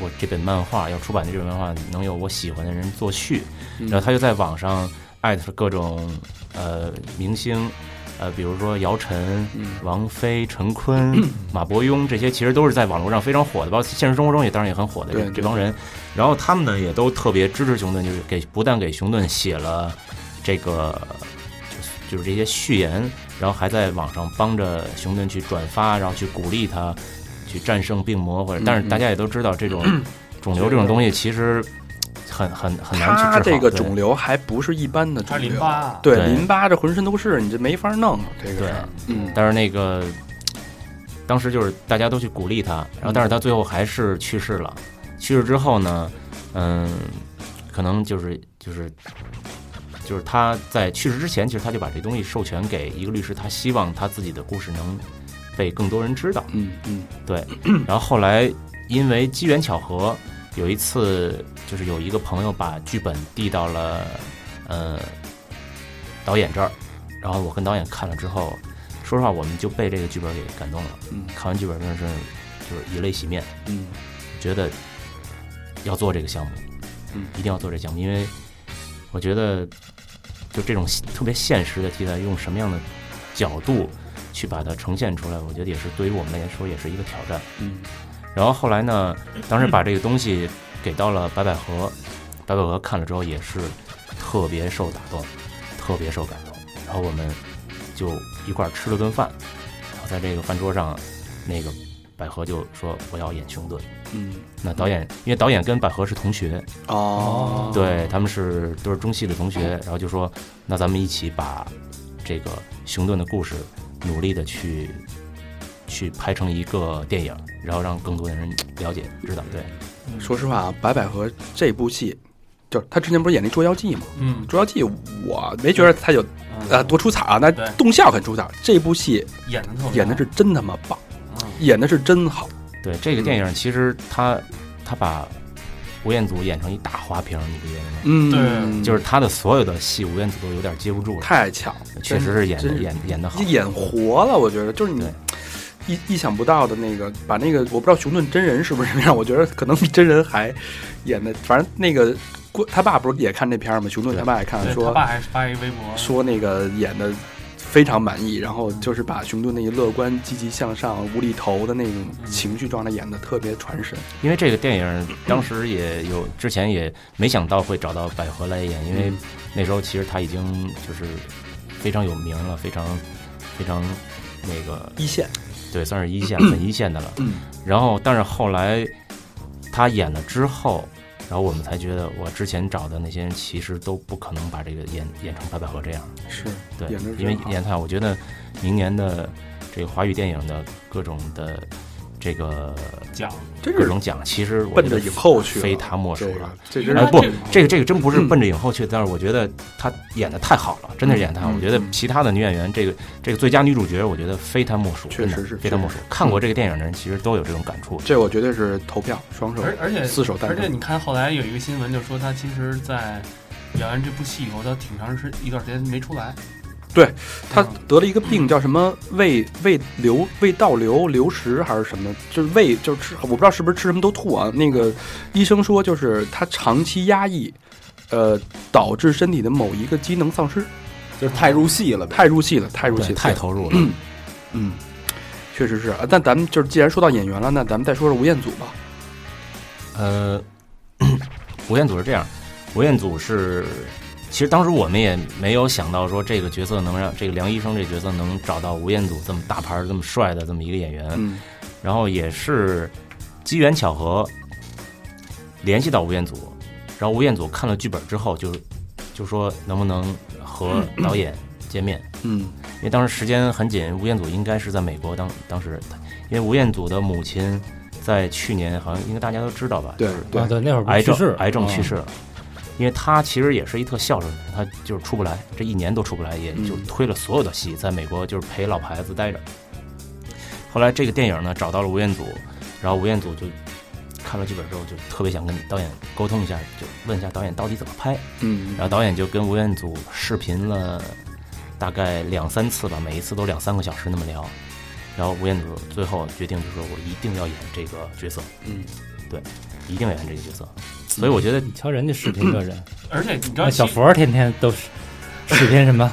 [SPEAKER 7] 我这本漫画要出版的这本漫画能有我喜欢的人作序，
[SPEAKER 4] 嗯
[SPEAKER 7] 然后他就在网上艾特各种呃明星，呃比如说姚晨、
[SPEAKER 4] 嗯
[SPEAKER 7] 王菲、
[SPEAKER 4] [clears throat]
[SPEAKER 7] 陈坤、马伯庸这些，其实都是在网络上非常火的，包括现实生活中也当然也很火的
[SPEAKER 4] 对
[SPEAKER 7] 这
[SPEAKER 4] 对
[SPEAKER 7] 这帮人。然后他们呢也都特别支持熊顿，就是给不但给熊顿写了这个就是就是这些序言，然后还在网上帮着熊顿去转发，然后去鼓励他去战胜病魔，或
[SPEAKER 4] 嗯
[SPEAKER 7] 者但是大家也都知道
[SPEAKER 4] [clears throat]
[SPEAKER 7] 这种肿瘤这种东西其实很很很难去治
[SPEAKER 4] 他
[SPEAKER 7] 好。
[SPEAKER 4] 这个
[SPEAKER 7] 对
[SPEAKER 4] 肿瘤还不是一般的肿
[SPEAKER 8] 他是
[SPEAKER 4] 瘤，
[SPEAKER 8] 淋巴，啊
[SPEAKER 4] 对
[SPEAKER 7] 对
[SPEAKER 4] 淋巴这浑身都是，你这没法弄啊这个
[SPEAKER 7] 对
[SPEAKER 4] 事儿，嗯
[SPEAKER 7] 但是那个当时就是大家都去鼓励他，然后但是
[SPEAKER 4] 嗯
[SPEAKER 7] 他最后还是去世了。去世之后呢，嗯，可能就是就是就是他在去世之前，其实他就把这东西授权给一个律师，他希望他自己的故事能被更多人知道。
[SPEAKER 4] 嗯嗯
[SPEAKER 7] 然后后来因为机缘巧合，有一次就是有一个朋友把剧本递到了呃导演这儿，然后我跟导演看了之后，说实话我们就被这个剧本给感动了。
[SPEAKER 4] 嗯
[SPEAKER 7] 看完剧本真的是就是以泪洗面，
[SPEAKER 4] 嗯
[SPEAKER 7] 觉得要做这个项目，
[SPEAKER 4] 嗯
[SPEAKER 7] 一定要做这个项目，因为我觉得就这种特别现实的题材，用什么样的角度去把它呈现出来，我觉得也是对于我们来说也是一个挑战。
[SPEAKER 4] 嗯
[SPEAKER 7] 然后后来呢，当时把这个东西给到了白百合，白百合看了之后也是特别受打动，特别受感动。然后我们就一块儿吃了顿饭，然后在这个饭桌上，那个百合就说我要演熊顿。
[SPEAKER 4] 嗯
[SPEAKER 7] 那导演，因为导演跟百合是同学，
[SPEAKER 4] 哦，
[SPEAKER 7] 对他们是都是中戏的同学，然后就说，那咱们一起把这个熊顿的故事努力的去去拍成一个电影，然后让更多的人了解知道。对，
[SPEAKER 4] 说实话啊，白百合这部戏，就是她之前不是演那《捉妖记》吗？
[SPEAKER 8] 嗯
[SPEAKER 4] 《捉妖记》我没觉得她有呃多出彩啊，那
[SPEAKER 8] 对
[SPEAKER 4] 动效很出彩。这部戏
[SPEAKER 8] 演的特别好
[SPEAKER 4] 演的是真他妈棒，
[SPEAKER 8] 嗯
[SPEAKER 4] 演的是真好。
[SPEAKER 7] 对这个电
[SPEAKER 4] 嗯
[SPEAKER 7] 影其实他他把吴彦祖演成一大花瓶，你不觉得吗？
[SPEAKER 4] 嗯，
[SPEAKER 8] 对
[SPEAKER 7] 就是他的所有的戏，吴彦祖都有点接不住了，
[SPEAKER 4] 太巧，
[SPEAKER 7] 确实是演的
[SPEAKER 4] 真是
[SPEAKER 7] 演演的好。
[SPEAKER 4] 演活了，我觉得就是你
[SPEAKER 7] 对。
[SPEAKER 4] 意意想不到的那个，把那个我不知道熊顿真人是不是这样，我觉得可能比真人还演的，反正那个郭他爸不是也看这片儿吗？熊顿他爸也看了，
[SPEAKER 8] 对
[SPEAKER 4] 说
[SPEAKER 8] 他爸还发一微博
[SPEAKER 4] 说那个演的非常满意，然后就是把熊顿那一乐观、积极向上、无厘头的那种
[SPEAKER 8] 嗯
[SPEAKER 4] 情绪状态演的特别传神。
[SPEAKER 7] 因为这个电影当时也有，之前也没想到会找到百合来演，因为那时候其实她已经就是非常有名了，非常非常那个
[SPEAKER 4] 一线，
[SPEAKER 7] 对，算是一线，很一线的了。
[SPEAKER 4] 嗯。
[SPEAKER 7] 然后，但是后来他演了之后，然后我们才觉得，我之前找的那些人其实都不可能把这个演演成白百合这样。
[SPEAKER 4] 是
[SPEAKER 7] 对
[SPEAKER 4] 演得，
[SPEAKER 7] 因为
[SPEAKER 4] 真好
[SPEAKER 7] 演他，我觉得明年的这个华语电影的各种的这个
[SPEAKER 8] 讲
[SPEAKER 4] 真
[SPEAKER 7] 各
[SPEAKER 4] 是
[SPEAKER 7] 种奖，其实我
[SPEAKER 4] 奔
[SPEAKER 7] 觉
[SPEAKER 4] 着
[SPEAKER 7] 得
[SPEAKER 4] 影后去了，
[SPEAKER 7] 非他莫属
[SPEAKER 4] 这
[SPEAKER 7] 了
[SPEAKER 5] 啊
[SPEAKER 4] 个。这真
[SPEAKER 7] 哎，
[SPEAKER 4] 是嗯
[SPEAKER 7] 不
[SPEAKER 8] 这，
[SPEAKER 7] 这个这个真不是奔着影后去，但是我觉得她演的太好了，真的是演得太好。
[SPEAKER 4] 嗯
[SPEAKER 7] 我觉得
[SPEAKER 4] 嗯
[SPEAKER 7] 其他的女演员，这个这个最佳女主角，我觉得非她莫属，
[SPEAKER 4] 确实嗯
[SPEAKER 7] 真的
[SPEAKER 4] 是
[SPEAKER 7] 非她莫属。看过这个电影的人，其实都有这种感触。
[SPEAKER 4] 这我绝对是投票双手
[SPEAKER 8] 而而且
[SPEAKER 4] 四手单
[SPEAKER 8] 而且
[SPEAKER 4] 手
[SPEAKER 8] 你看后来有一个新闻，就说他其实，在演完这部戏以后，他挺长时一段时间没出来。
[SPEAKER 4] 对他
[SPEAKER 8] 嗯
[SPEAKER 4] 得了一个病，叫什么胃胃瘤、胃倒流、流食还是什么？就是胃就是吃，我不知道是不是吃什么都吐啊。那个医生说，就是他长期压抑，呃，导致身体的某一个机能丧失，
[SPEAKER 5] 就是太入戏了呗。
[SPEAKER 4] 太入戏了，太入戏
[SPEAKER 7] 对，
[SPEAKER 4] 了，
[SPEAKER 7] 太
[SPEAKER 4] 对
[SPEAKER 7] 投入了。
[SPEAKER 4] 嗯，确实是。啊但咱们就是既然说到演员了，那咱们再说说吴彦祖吧。
[SPEAKER 7] 呃， [coughs] 吴彦祖是这样，吴彦祖是，其实当时我们也没有想到说这个角色能让这个梁医生这个角色能找到吴彦祖这么大牌儿、这么帅的这么一个演员。
[SPEAKER 4] 嗯
[SPEAKER 7] 然后也是机缘巧合联系到吴彦祖，然后吴彦祖看了剧本之后就就说能不能和导演见面，
[SPEAKER 4] 嗯
[SPEAKER 7] 因为当时时间很紧，吴彦祖应该是在美国当当时，因为吴彦祖的母亲在去年好像应该大家都知道吧，
[SPEAKER 4] 对
[SPEAKER 7] 就是
[SPEAKER 6] 啊，对，那会儿不是
[SPEAKER 7] 癌
[SPEAKER 6] 去世
[SPEAKER 7] 症癌症
[SPEAKER 6] 嗯
[SPEAKER 7] 去世了。因为他其实也是一特孝顺的人，他就是出不来，这一年都出不来，也就
[SPEAKER 4] 嗯
[SPEAKER 7] 推了所有的戏，在美国就是陪老牌子待着。后来这个电影呢，找到了吴彦祖，然后吴彦祖就看了剧本之后，就特别想跟导演沟通一下，就问一下导演到底怎么拍。
[SPEAKER 4] 嗯
[SPEAKER 7] 然后导演就跟吴彦祖视频了大概两三次吧，每一次都两三个小时那么聊。然后吴彦祖最后决定就说：“我一定要演这个角色，
[SPEAKER 4] 嗯，
[SPEAKER 7] 一定要演这个角色。”所以我觉得
[SPEAKER 6] 你瞧人家视频这
[SPEAKER 7] [laughs]
[SPEAKER 6] 人，
[SPEAKER 8] 而且你知道
[SPEAKER 6] 那
[SPEAKER 8] 其，
[SPEAKER 6] 小佛儿天天都是视频什么，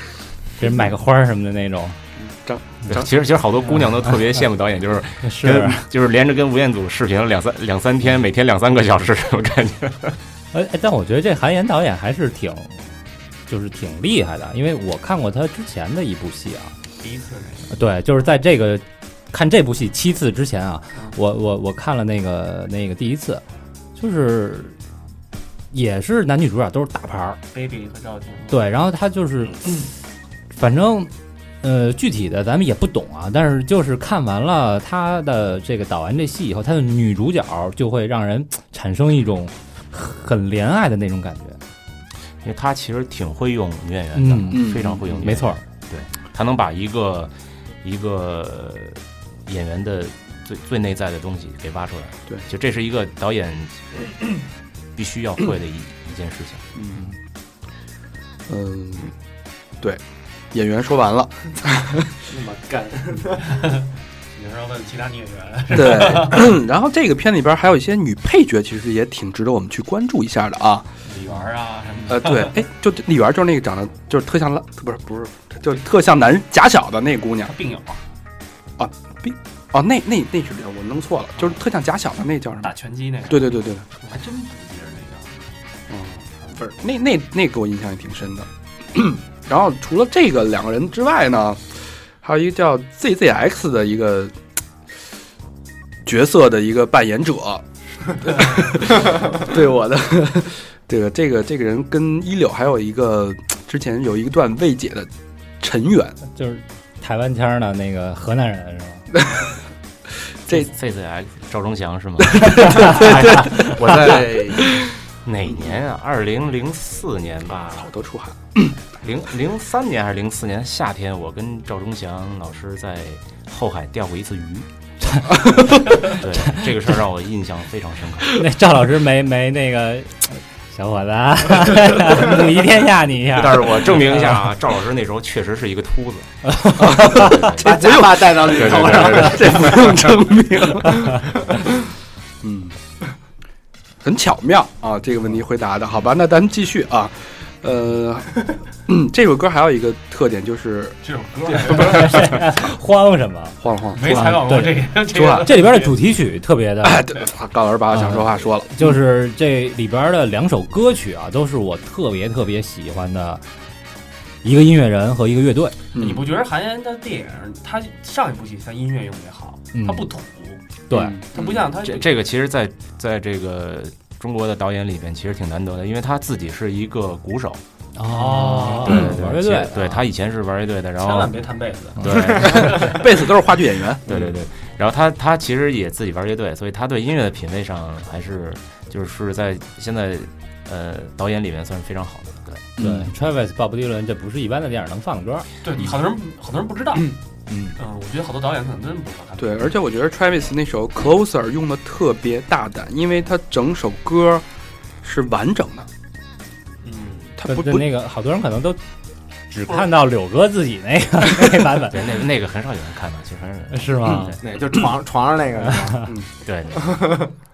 [SPEAKER 7] [laughs]
[SPEAKER 6] 给人买个花儿什么的那种，
[SPEAKER 7] 对其实其实好多姑娘都特别羡慕导演，就是
[SPEAKER 6] 是
[SPEAKER 7] 跟。嗯就是连着跟吴彦祖视频了两三两三天，每天两三个小 [laughs] 时，我感觉。
[SPEAKER 6] 哎，哎但我觉得这韩延导演还是挺，就是挺厉害的，因为我看过他之前的一部戏啊，
[SPEAKER 8] 第一次那
[SPEAKER 6] 对，就是在这个看这部戏七次之前啊，我我我看了那个那个第一次，就是也是男女主角都是大牌儿，
[SPEAKER 8] 个 baby 和赵婷，
[SPEAKER 6] 对，然后他就是，反正呃具体的咱们也不懂啊，但是就是看完了他的这个导完这戏以后，他的女主角就会让人产生一种很怜爱的那种感觉，
[SPEAKER 7] 因为他其实挺会用女演员的，
[SPEAKER 4] 嗯
[SPEAKER 7] 非常会用女演员
[SPEAKER 6] 没错儿，
[SPEAKER 7] 他能把一个一个演员的最最内在的东西给挖出来。
[SPEAKER 4] 对，
[SPEAKER 7] 就这是一个导演呃必须要会
[SPEAKER 4] [clears throat]
[SPEAKER 7] 的一一件事情。
[SPEAKER 4] 嗯嗯，对，演员说完了。
[SPEAKER 8] 那么干。 [laughs] 你是要问其他女演员？
[SPEAKER 4] 对， [coughs] 然后这个片里边还有一些女配角，其实也挺值得我们去关注一下的啊。
[SPEAKER 8] 李媛儿啊什么的，
[SPEAKER 4] 呃，对，哎，就李媛就是那个长得就是特像拉，不是不是，就是特像男假小的那姑娘
[SPEAKER 8] 她病友啊
[SPEAKER 4] 哦，那那那是我弄错了，就是特像假小的那叫什么
[SPEAKER 8] 打？拳击那个，
[SPEAKER 4] 对对对对，
[SPEAKER 8] 我还真不记得那
[SPEAKER 4] 嗯，不是，那那那给我印象也挺深的。 [clears throat] 然后除了这个两个人之外呢，还有一个叫 ZZX 的一个角色的一个扮演
[SPEAKER 8] [laughs]
[SPEAKER 4] 者，对我的 [laughs] 这个这个这个人跟一柳还有一个之前有一段未解的尘缘，
[SPEAKER 6] 就是台湾腔儿的那个河南人是吧？
[SPEAKER 4] 这
[SPEAKER 7] CCX 赵忠祥是吗？
[SPEAKER 4] 对 [laughs] 对， [laughs]
[SPEAKER 7] [laughs] 我在哪年啊？二零零四年吧，
[SPEAKER 4] 好多出汗，
[SPEAKER 7] 零零三年还是零四年夏天，我跟赵忠祥老师在后海钓过一次鱼。对这个事儿让我印象非常深 [laughs] 刻。
[SPEAKER 6] 那赵老师没没那个小伙子啊，母仪天下你一下，
[SPEAKER 7] 但是我证明一下啊，赵老师那时候确实是一个秃子。
[SPEAKER 4] [laughs]
[SPEAKER 5] 把假发带到里
[SPEAKER 7] 对对
[SPEAKER 5] 头
[SPEAKER 7] 对
[SPEAKER 5] 了。
[SPEAKER 7] 对对
[SPEAKER 4] 这不用证明。嗯，很巧妙啊，这个问题回答的好吧？那咱们继续啊，呃，嗯，这首歌还有一个特点就是
[SPEAKER 8] 个这首歌
[SPEAKER 6] 慌什么？
[SPEAKER 4] 晃了晃，
[SPEAKER 8] 没采访过这个这
[SPEAKER 4] 出来
[SPEAKER 8] 个
[SPEAKER 4] 了
[SPEAKER 6] 这里边的主题曲特别的，
[SPEAKER 4] 哎，对，高老师把我想说话说了，
[SPEAKER 6] 就是这里边的两首歌曲啊，都是我特别特别喜欢的一个音乐人和一个乐队，
[SPEAKER 4] 嗯
[SPEAKER 8] 你不觉得韩延的电影，他上一部戏他音乐用的也好，
[SPEAKER 6] 嗯
[SPEAKER 8] 他不土，
[SPEAKER 6] 对，
[SPEAKER 8] 他不像他
[SPEAKER 7] 这这个其实在，在这个中国的导演里边，其实挺难得的，因为他自己是一个鼓手，啊
[SPEAKER 6] 哦
[SPEAKER 7] 对对对
[SPEAKER 6] 玩乐
[SPEAKER 7] 其
[SPEAKER 6] 队
[SPEAKER 7] 实，对他以前是玩乐队的，然
[SPEAKER 8] 千
[SPEAKER 7] 后
[SPEAKER 8] 万别弹贝斯。
[SPEAKER 6] 哦
[SPEAKER 7] 对
[SPEAKER 4] 哎贝斯都是话剧演员，
[SPEAKER 7] 对对对，然后他他其实也自己玩乐队，所以他对音乐的品味上还是就是在现在呃导演里面算是非常好的，对。
[SPEAKER 6] 对，Travis 鲍勃迪伦，这不是一般的电影能放的歌儿，
[SPEAKER 8] 对，
[SPEAKER 4] 嗯
[SPEAKER 8] 好多人好多人不知道。嗯
[SPEAKER 1] 嗯
[SPEAKER 8] 我觉得好多导演可能真不知道他。
[SPEAKER 4] 对，而且我觉得 Travis 那首 Closer 用的特别大胆，因为他整首歌是完整的，
[SPEAKER 8] 嗯，
[SPEAKER 4] 他
[SPEAKER 6] 对
[SPEAKER 4] 不
[SPEAKER 6] 对
[SPEAKER 4] 不
[SPEAKER 6] 那个好多人可能都只看到柳哥自己那个那版本，嗯
[SPEAKER 7] 对，那个那个很少有人看到，其实很少有人。
[SPEAKER 6] 是吗？
[SPEAKER 5] 那就床床上那个是吧
[SPEAKER 7] 对，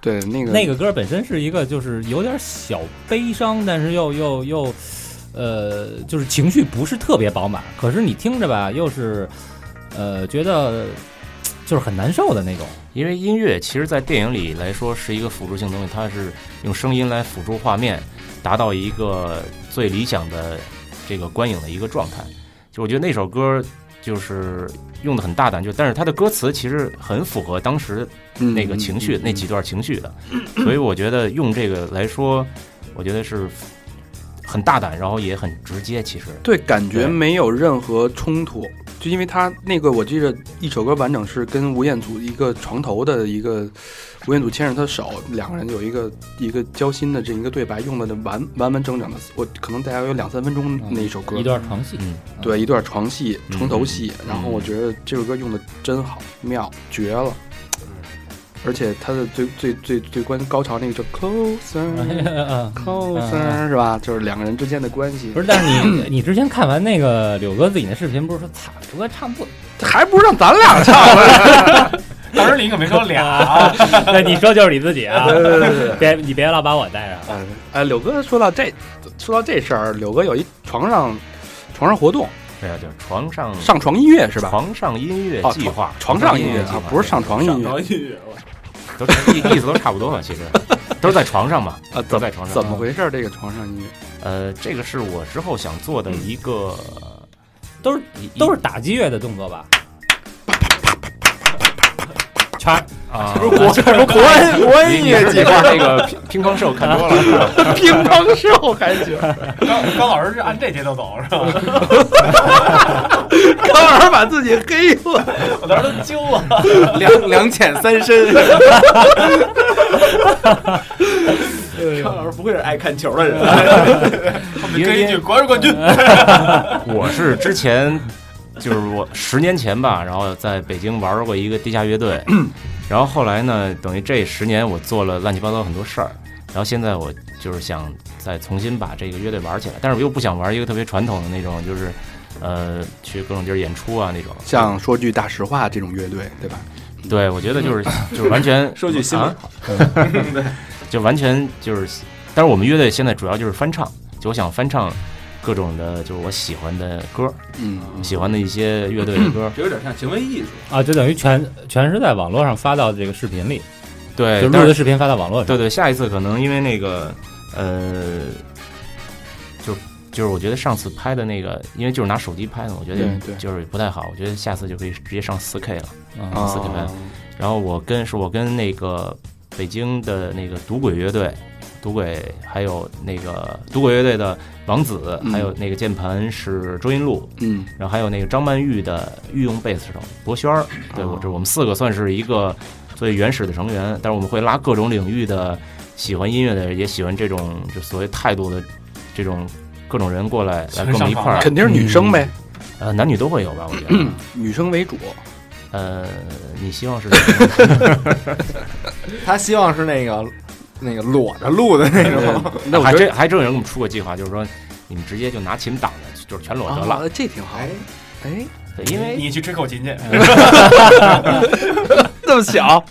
[SPEAKER 4] 对那个
[SPEAKER 6] 那个歌本身是一个就是有点小悲伤，但是又又又，呃，就是情绪不是特别饱满，可是你听着吧，又是，呃，觉得就是很难受的那种。
[SPEAKER 7] 因为音乐其实，在电影里来说是一个辅助性东西，它是用声音来辅助画面，达到一个最理想的这个观影的一个状态。就我觉得那首歌就是用的很大胆，就但是它的歌词其实很符合当时
[SPEAKER 4] 嗯
[SPEAKER 7] 那个情绪、那几段情绪的，所以我觉得用这个来说，我觉得是很大胆，然后也很直接。其实，
[SPEAKER 4] 对，感觉
[SPEAKER 7] 对
[SPEAKER 4] 没有任何冲突，就因为他那个，我记着一首歌完整是跟吴彦祖一个床头的一个，吴彦祖牵着他手，两个人有一个一个交心的这一个对白，用的完完完整整的，我可能大概有两三分钟
[SPEAKER 6] 嗯
[SPEAKER 4] 那一首歌，
[SPEAKER 6] 一段床戏，
[SPEAKER 7] 嗯，
[SPEAKER 4] 对一段床戏、
[SPEAKER 7] 嗯
[SPEAKER 4] 床头戏，
[SPEAKER 7] 嗯
[SPEAKER 4] 然后我觉得这首歌用的真好，妙，绝了。而且他的最最最最关高潮那个叫 closer
[SPEAKER 6] 嗯 [laughs]
[SPEAKER 4] closer 是吧？就是两个人之间的关系
[SPEAKER 6] 不，是，但是你你之前看完那个柳哥自己的视频，不是说操，柳哥唱不，
[SPEAKER 4] 还不如让咱俩唱。
[SPEAKER 8] 当时你可没说俩啊，
[SPEAKER 6] [laughs] 那你说就是你自己啊，
[SPEAKER 4] [laughs] 对对对
[SPEAKER 6] 别你别老把我带上。啊
[SPEAKER 4] 哎哎，柳哥说到这，说到这事儿，柳哥有一床上床上活动，
[SPEAKER 7] 对啊，就是床上
[SPEAKER 4] 上床音乐是吧？
[SPEAKER 7] 床上音乐
[SPEAKER 4] 哦
[SPEAKER 7] 计划，
[SPEAKER 4] 床上音乐
[SPEAKER 7] 计
[SPEAKER 4] 啊
[SPEAKER 7] 划，
[SPEAKER 4] 不是上床音乐
[SPEAKER 8] 音乐，
[SPEAKER 7] 都差意意思都差不多嘛，
[SPEAKER 4] [laughs]
[SPEAKER 7] 其实都是在床上嘛。
[SPEAKER 4] 啊？
[SPEAKER 7] 都
[SPEAKER 4] 怎
[SPEAKER 7] 在
[SPEAKER 4] 么
[SPEAKER 7] 床上
[SPEAKER 4] 怎么回事儿？这个床上音乐，
[SPEAKER 7] 呃，这个是我之后想做的
[SPEAKER 4] 嗯
[SPEAKER 7] 一个，呃
[SPEAKER 6] 都是
[SPEAKER 7] 一
[SPEAKER 6] 都是打击乐的动作吧？全
[SPEAKER 7] [laughs] 啊，
[SPEAKER 5] 这不国安国安音
[SPEAKER 7] 你是
[SPEAKER 5] 乐
[SPEAKER 7] 你
[SPEAKER 5] 节
[SPEAKER 7] 是那个乒乒乓兽看多了，
[SPEAKER 8] [laughs]
[SPEAKER 4] 乒乓兽还行，
[SPEAKER 8] 高高老师是按这节奏走是吧？
[SPEAKER 4] 高老师把自己黑了。
[SPEAKER 8] 我当时都揪了。
[SPEAKER 5] 两两浅三深。张老师不会是爱看球的人， [laughs]
[SPEAKER 8] 你跟一句国是冠军，
[SPEAKER 7] [laughs] 我是之前就是我十年前吧，然后在北京玩过一个地下乐队，
[SPEAKER 8] 嗯
[SPEAKER 7] 然后后来呢，等于这十年我做了乱七八糟很多事儿，然后现在我就是想再重新把这个乐队玩起来，但是我又不想玩一个特别传统的那种，就是呃去各种地儿演出啊那种。
[SPEAKER 4] 像说句大实话这种乐队，对吧？
[SPEAKER 7] 对，我觉得
[SPEAKER 8] [laughs]
[SPEAKER 7] 就是就是完全
[SPEAKER 5] 说句心里
[SPEAKER 7] 啊，就完全就是，但是我们乐队现在主要就是翻唱，就我想翻唱各种的，就是我喜欢的歌，
[SPEAKER 4] 嗯，
[SPEAKER 7] 喜欢的一些乐队的歌，
[SPEAKER 9] 这有点像行为艺术。
[SPEAKER 6] 啊，就等于全全是在网络上发到这个视频里，
[SPEAKER 4] 嗯
[SPEAKER 7] 对，
[SPEAKER 6] 就录
[SPEAKER 7] 但
[SPEAKER 6] 的
[SPEAKER 7] 是
[SPEAKER 6] 视频发到网络上。
[SPEAKER 7] 对对，下一次可能因为那个呃，就就是我觉得上次拍的那个，因为就是拿手机拍的，我觉
[SPEAKER 4] 对
[SPEAKER 7] 得
[SPEAKER 4] 对
[SPEAKER 7] 就是不太好，我觉得下次就可以直接上四 K 了。
[SPEAKER 6] 啊，
[SPEAKER 4] 啊
[SPEAKER 7] 四个人然后我跟是我跟那个北京的那个赌鬼乐队，赌鬼还有那个赌鬼乐队的王子，
[SPEAKER 4] 嗯
[SPEAKER 7] 还有那个键盘是周云露，
[SPEAKER 4] 嗯，
[SPEAKER 7] 然后还有那个张曼玉的御用贝斯手博轩
[SPEAKER 4] 哦
[SPEAKER 7] 儿，对我这我们四个算是一个最原始的成员，但是我们会拉各种领域的喜欢音乐的，也喜欢这种就所谓态度的这种各种人过来来跟我们一块儿，
[SPEAKER 4] 肯定是女生呗，
[SPEAKER 7] 呃，男女都会有吧，我觉得，
[SPEAKER 4] 女生为主。
[SPEAKER 7] 呃，你希望是。
[SPEAKER 4] [laughs]
[SPEAKER 5] 他希望是那个那个裸着录的那种。
[SPEAKER 4] 那我
[SPEAKER 7] 还
[SPEAKER 4] 觉
[SPEAKER 7] 真还真有人给我们出过计划，就是说你们直接就拿琴挡着，就是全裸得
[SPEAKER 4] 得
[SPEAKER 7] 了。
[SPEAKER 4] 啊，这挺好。哎，
[SPEAKER 7] 对因为呃
[SPEAKER 8] 你去吹口琴去。
[SPEAKER 4] 这
[SPEAKER 5] [laughs]
[SPEAKER 4] 么小，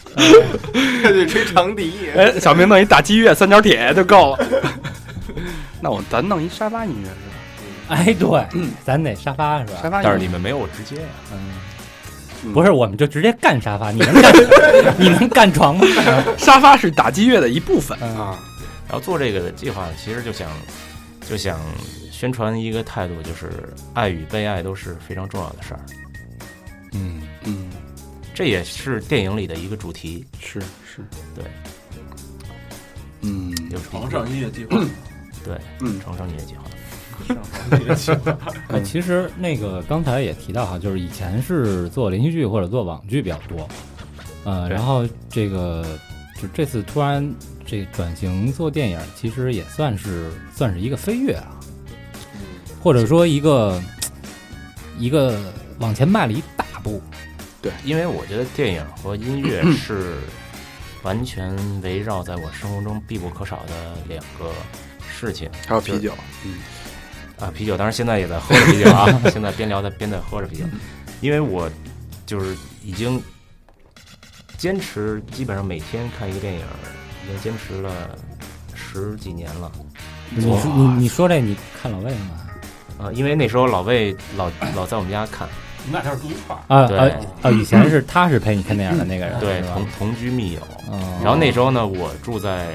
[SPEAKER 5] 对，吹长笛。
[SPEAKER 4] 哎，小明弄一打击乐三角铁就够了。 [laughs] 那我咱弄一沙发音乐是吧？
[SPEAKER 6] [laughs] 哎，对，咱得沙发是
[SPEAKER 4] 沙
[SPEAKER 6] 吧？
[SPEAKER 4] 发音乐，
[SPEAKER 7] 但是你们没有我直接呀、
[SPEAKER 6] 不是，我们就直接干沙发，你能干 [laughs] 你能干床吗？
[SPEAKER 4] 沙发是打击乐的一部分
[SPEAKER 6] 嗯
[SPEAKER 4] 啊。
[SPEAKER 7] 然后做这个计划，其实就想就想宣传一个态度，就是爱与被爱都是非常重要的事儿。
[SPEAKER 1] 嗯，
[SPEAKER 4] 嗯，
[SPEAKER 7] 这也是电影里的一个主题。
[SPEAKER 4] 是是，
[SPEAKER 7] 对，
[SPEAKER 4] 嗯，
[SPEAKER 7] 有什么
[SPEAKER 9] 皇？上音乐计
[SPEAKER 8] [clears throat]
[SPEAKER 9] 划，
[SPEAKER 7] 对，
[SPEAKER 4] 嗯
[SPEAKER 7] 成上音乐计划。
[SPEAKER 9] 音乐计划，
[SPEAKER 6] 哎，其实那个刚才也提到哈，就是以前是做连续剧或者做网剧比较多，呃，
[SPEAKER 7] 对
[SPEAKER 6] 然后这个就这次突然这转型做电影，其实也算是算是一个飞跃啊，或者说一个一个往前迈了一大步。
[SPEAKER 7] 因为我觉得电影和音乐是完全围绕在我生活中必不可少的两个事情
[SPEAKER 4] 还有啤酒，
[SPEAKER 7] 啊。啤酒，当然现在也在喝着啤酒啊， [laughs] 现在边聊的边在喝着啤酒，因为我就是已经坚持，基本上每天看一个电影，已经坚持了十几年了。
[SPEAKER 6] 你说你你说这你看老魏吗？
[SPEAKER 7] 啊，因为那时候老魏老老在我们家看，
[SPEAKER 8] 你们俩要是住一
[SPEAKER 4] [clears throat]
[SPEAKER 8] 块儿，
[SPEAKER 6] 啊
[SPEAKER 7] 对
[SPEAKER 6] 啊啊！以前是他是陪你看电影的那个人，
[SPEAKER 7] 对
[SPEAKER 6] 是吧
[SPEAKER 7] 同同居密友，
[SPEAKER 6] 哦
[SPEAKER 7] 然后那时候呢，我住在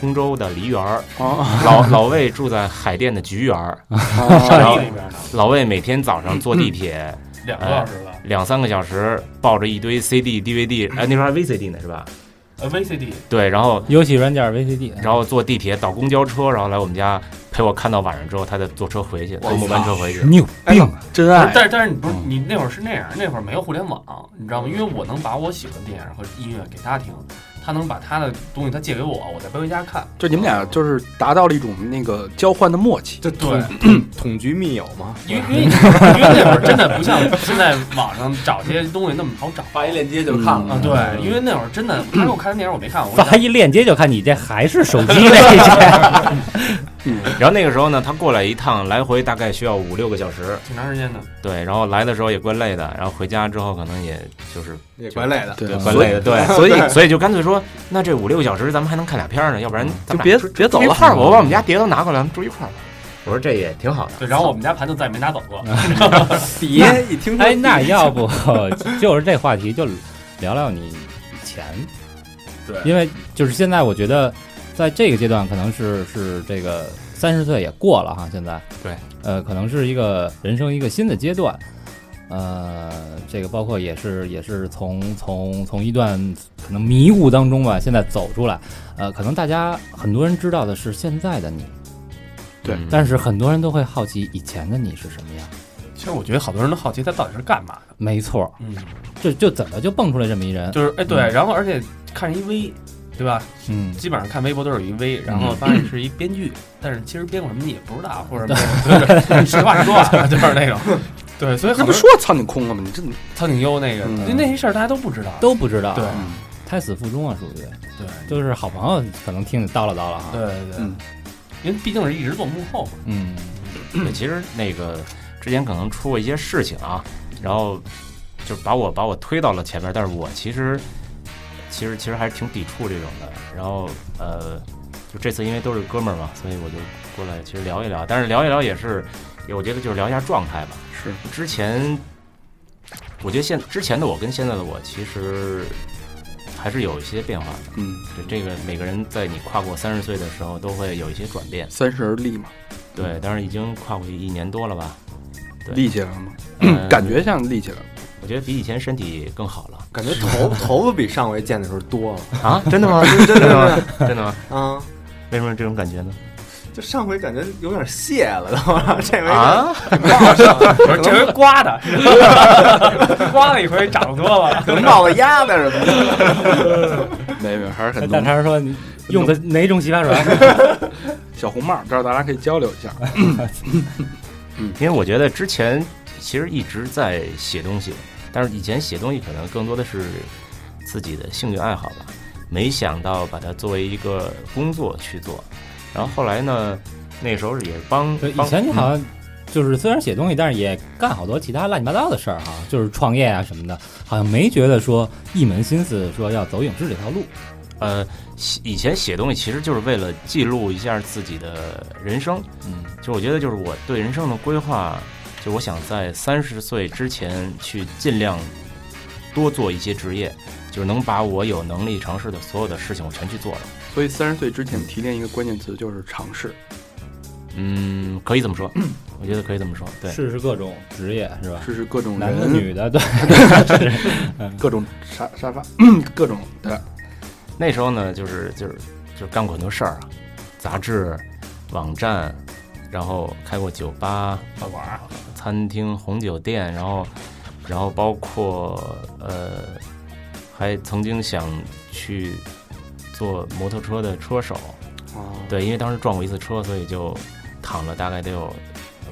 [SPEAKER 7] 通州的梨园儿，
[SPEAKER 4] 哦，
[SPEAKER 7] 老老魏住在海淀的菊园儿，
[SPEAKER 6] 哦
[SPEAKER 8] 上
[SPEAKER 7] 然后
[SPEAKER 8] 地那边呢，
[SPEAKER 7] 老魏每天早上坐地铁
[SPEAKER 8] 两个小时
[SPEAKER 4] 哎
[SPEAKER 8] 吧，
[SPEAKER 7] 两三个小时，抱着一堆 CD、DVD，哎，那时候还 VCD 呢是吧？
[SPEAKER 8] 呃，VCD
[SPEAKER 7] 对，然后
[SPEAKER 6] 游戏软件 VCD，
[SPEAKER 7] 然后坐地铁倒公交车，然后来我们家陪我看到晚上之后，他再坐车回去，坐末班车回去。
[SPEAKER 6] 你有病啊！
[SPEAKER 4] 真
[SPEAKER 8] 不是
[SPEAKER 4] 爱，
[SPEAKER 8] 但是但是你不是
[SPEAKER 4] 嗯
[SPEAKER 8] 你那会儿是那样，那会儿没有互联网，你知道吗？因为我能把我喜欢的电影和音乐给他听，他能把他的东西他借给我，我再背回家看。哦
[SPEAKER 4] 就你们俩就是达到了一种那个交换的默契，
[SPEAKER 5] 这
[SPEAKER 8] 对，
[SPEAKER 5] 统局密友嘛，
[SPEAKER 8] 因为因为因为那会儿真的不像现在网上找些东西那么好找。
[SPEAKER 9] 发一链接就看了。
[SPEAKER 8] 啊，
[SPEAKER 4] 嗯
[SPEAKER 8] 对，因为那会儿真的，他给我看的电影我没看过，我
[SPEAKER 6] 发
[SPEAKER 8] 想
[SPEAKER 6] 一链接就看你这还
[SPEAKER 7] [laughs]
[SPEAKER 6] 是手机那些，
[SPEAKER 7] 然后那个时候呢，他过来一趟，来回大概需要五六个小时，
[SPEAKER 8] 挺长时间的。
[SPEAKER 7] 对，然后来的时候也怪累的，然后回家之后可能也就是
[SPEAKER 5] 也怪累的。
[SPEAKER 1] 啊
[SPEAKER 4] 对
[SPEAKER 7] 对
[SPEAKER 4] 吧，
[SPEAKER 7] 怪
[SPEAKER 4] 所以
[SPEAKER 7] 累的，对，
[SPEAKER 4] 所以
[SPEAKER 7] 所以就干脆说，那这五六个小时咱们还能看俩片儿呢，要不然咱
[SPEAKER 4] 就
[SPEAKER 7] 们俩
[SPEAKER 4] 别
[SPEAKER 7] 住
[SPEAKER 4] 别走
[SPEAKER 7] 住一
[SPEAKER 4] 了
[SPEAKER 7] 块儿吧，我把我们家碟都拿过来，咱们住一块儿吧。我说这也挺好的，
[SPEAKER 8] 对，然后我们家盘就再也没拿走过。
[SPEAKER 4] 嗯
[SPEAKER 5] 碟一听说，
[SPEAKER 6] 哎，那要不就是这话题就聊聊你以前，
[SPEAKER 9] 对
[SPEAKER 6] 因为就是现在我觉得在这个阶段可能是是这个三十岁也过了哈，现在
[SPEAKER 7] 对，
[SPEAKER 6] 呃，可能是一个人生一个新的阶段。呃，这个包括也是也是从从从一段可能迷雾当中吧，现在走出来。呃，可能大家很多人知道的是现在的你，
[SPEAKER 4] 对
[SPEAKER 7] 嗯
[SPEAKER 6] 但是很多人都会好奇以前的你是什么样。
[SPEAKER 8] 其实我觉得好多人都好奇他到底是干嘛的。
[SPEAKER 6] 没错，
[SPEAKER 8] 嗯，
[SPEAKER 6] 就就怎么就蹦出来这么一人？
[SPEAKER 8] 就是哎对，
[SPEAKER 6] 嗯
[SPEAKER 8] 然后而且看人一 V，对吧？
[SPEAKER 6] 嗯，
[SPEAKER 8] 基本上看微博都有一 V，然
[SPEAKER 4] 嗯
[SPEAKER 8] 后发现是一编剧，但是其实编过什么你也不知道，或者 [laughs] 没有实话实说啊，就是那种。对，所以
[SPEAKER 4] 这
[SPEAKER 8] 很
[SPEAKER 4] 不
[SPEAKER 8] 多
[SPEAKER 4] 说苍井空了吗？你这
[SPEAKER 8] 苍井优那个
[SPEAKER 4] 嗯
[SPEAKER 8] 那那些事儿大家都不知道。
[SPEAKER 6] 都不知道，啊
[SPEAKER 8] 对
[SPEAKER 6] 胎死腹中啊，属于
[SPEAKER 8] 对
[SPEAKER 6] 就是好朋友可能听着叨了啊叨了哈，
[SPEAKER 8] 对，对
[SPEAKER 4] 嗯，
[SPEAKER 8] 因为毕竟是一直做幕后嘛。
[SPEAKER 6] 嗯，
[SPEAKER 7] 对，其实那个之前可能出过一些事情啊，然后就把我把我推到了前面，但是我其实其实其实还是挺抵触这种的。然后呃，就这次因为都是哥们儿嘛，所以我就过来其实聊一聊，但是聊一聊也是，也我觉得就是聊一下状态吧。
[SPEAKER 4] 是
[SPEAKER 7] 之前，我觉得现之前的我跟现在的我其实还是有一些变化的。
[SPEAKER 4] 嗯，
[SPEAKER 7] 对这个每个人在你跨过三十岁的时候，都会有一些转变。
[SPEAKER 4] 三十而立嘛，
[SPEAKER 7] 对，当然已经跨过一年多了吧，对
[SPEAKER 4] 立起来了吗？
[SPEAKER 7] 嗯
[SPEAKER 4] 感觉像立起来了，
[SPEAKER 7] 呃我觉得比以前身体更好了
[SPEAKER 5] 感觉 [laughs] 头头发比上回见的时候多了
[SPEAKER 7] 啊！真的吗？真的吗？真的吗？
[SPEAKER 5] 啊！
[SPEAKER 7] 为什么有这种感觉呢？
[SPEAKER 5] 就上回感觉有点卸了， [laughs] 都这回
[SPEAKER 7] 啊，
[SPEAKER 8] 我 [laughs] 说这回刮
[SPEAKER 7] [laughs]
[SPEAKER 8] 的，刮了一回，长得多了。
[SPEAKER 5] 可能冒个鸭子什么的。
[SPEAKER 4] 没没，还是很
[SPEAKER 6] 大
[SPEAKER 4] 浓。
[SPEAKER 6] 肠说你用的哪种洗发水？
[SPEAKER 4] 小红帽，这儿咱俩可以交流一下。
[SPEAKER 7] 因为我觉得之前其实一直在写东西，但是以前写东西可能更多的是自己的兴趣爱好吧，没想到把它作为一个工作去做。然后后来呢，那时候也是帮
[SPEAKER 6] 对，以
[SPEAKER 7] 帮
[SPEAKER 6] 前你好像就是虽然写东西，但是也干好多其他乱七八糟的事儿哈，就是创业啊什么的，好像没觉得说一门心思说要走影视这条路，
[SPEAKER 7] 呃，写以前写东西其实就是为了记录一下自己的人生。
[SPEAKER 6] 嗯，
[SPEAKER 7] 就我觉得，就是我对人生的规划，就我想在三十岁之前去尽量多做一些职业，就是能把我有能力尝试的所有的事情我全去做了。
[SPEAKER 4] 所以三十岁之前提炼一个关键词就是尝试，
[SPEAKER 7] 嗯，可以这么说，我觉得可以这么说，对，
[SPEAKER 6] 试试各种职业是吧？
[SPEAKER 4] 试试各种
[SPEAKER 6] 男的
[SPEAKER 4] 人、
[SPEAKER 6] 女的，对，
[SPEAKER 4] 各种沙沙发，嗯各种对，
[SPEAKER 7] 那时候呢，就是就是就是干过很多事儿啊，杂志、网站，然后开过酒吧、
[SPEAKER 8] 饭馆儿，
[SPEAKER 7] 餐厅、红酒店，然后然后包括呃，还曾经想去做摩托车的车手，
[SPEAKER 4] 哦，
[SPEAKER 7] 对，因为当时撞过一次车，所以就躺了大概得有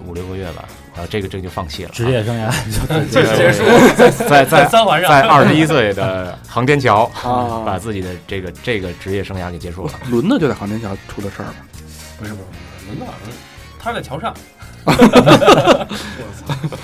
[SPEAKER 7] 五六个月吧，然后这个这个就放弃了啊，
[SPEAKER 6] 职业生涯
[SPEAKER 7] 就结束，在在
[SPEAKER 8] 三环上
[SPEAKER 7] 在二十一岁的航天桥
[SPEAKER 4] 啊
[SPEAKER 7] 把自己的这个这个职业生涯给结束了。
[SPEAKER 4] 轮子就在航天桥出的事儿吧？
[SPEAKER 8] 不是不是不是，轮到轮，他是在桥上，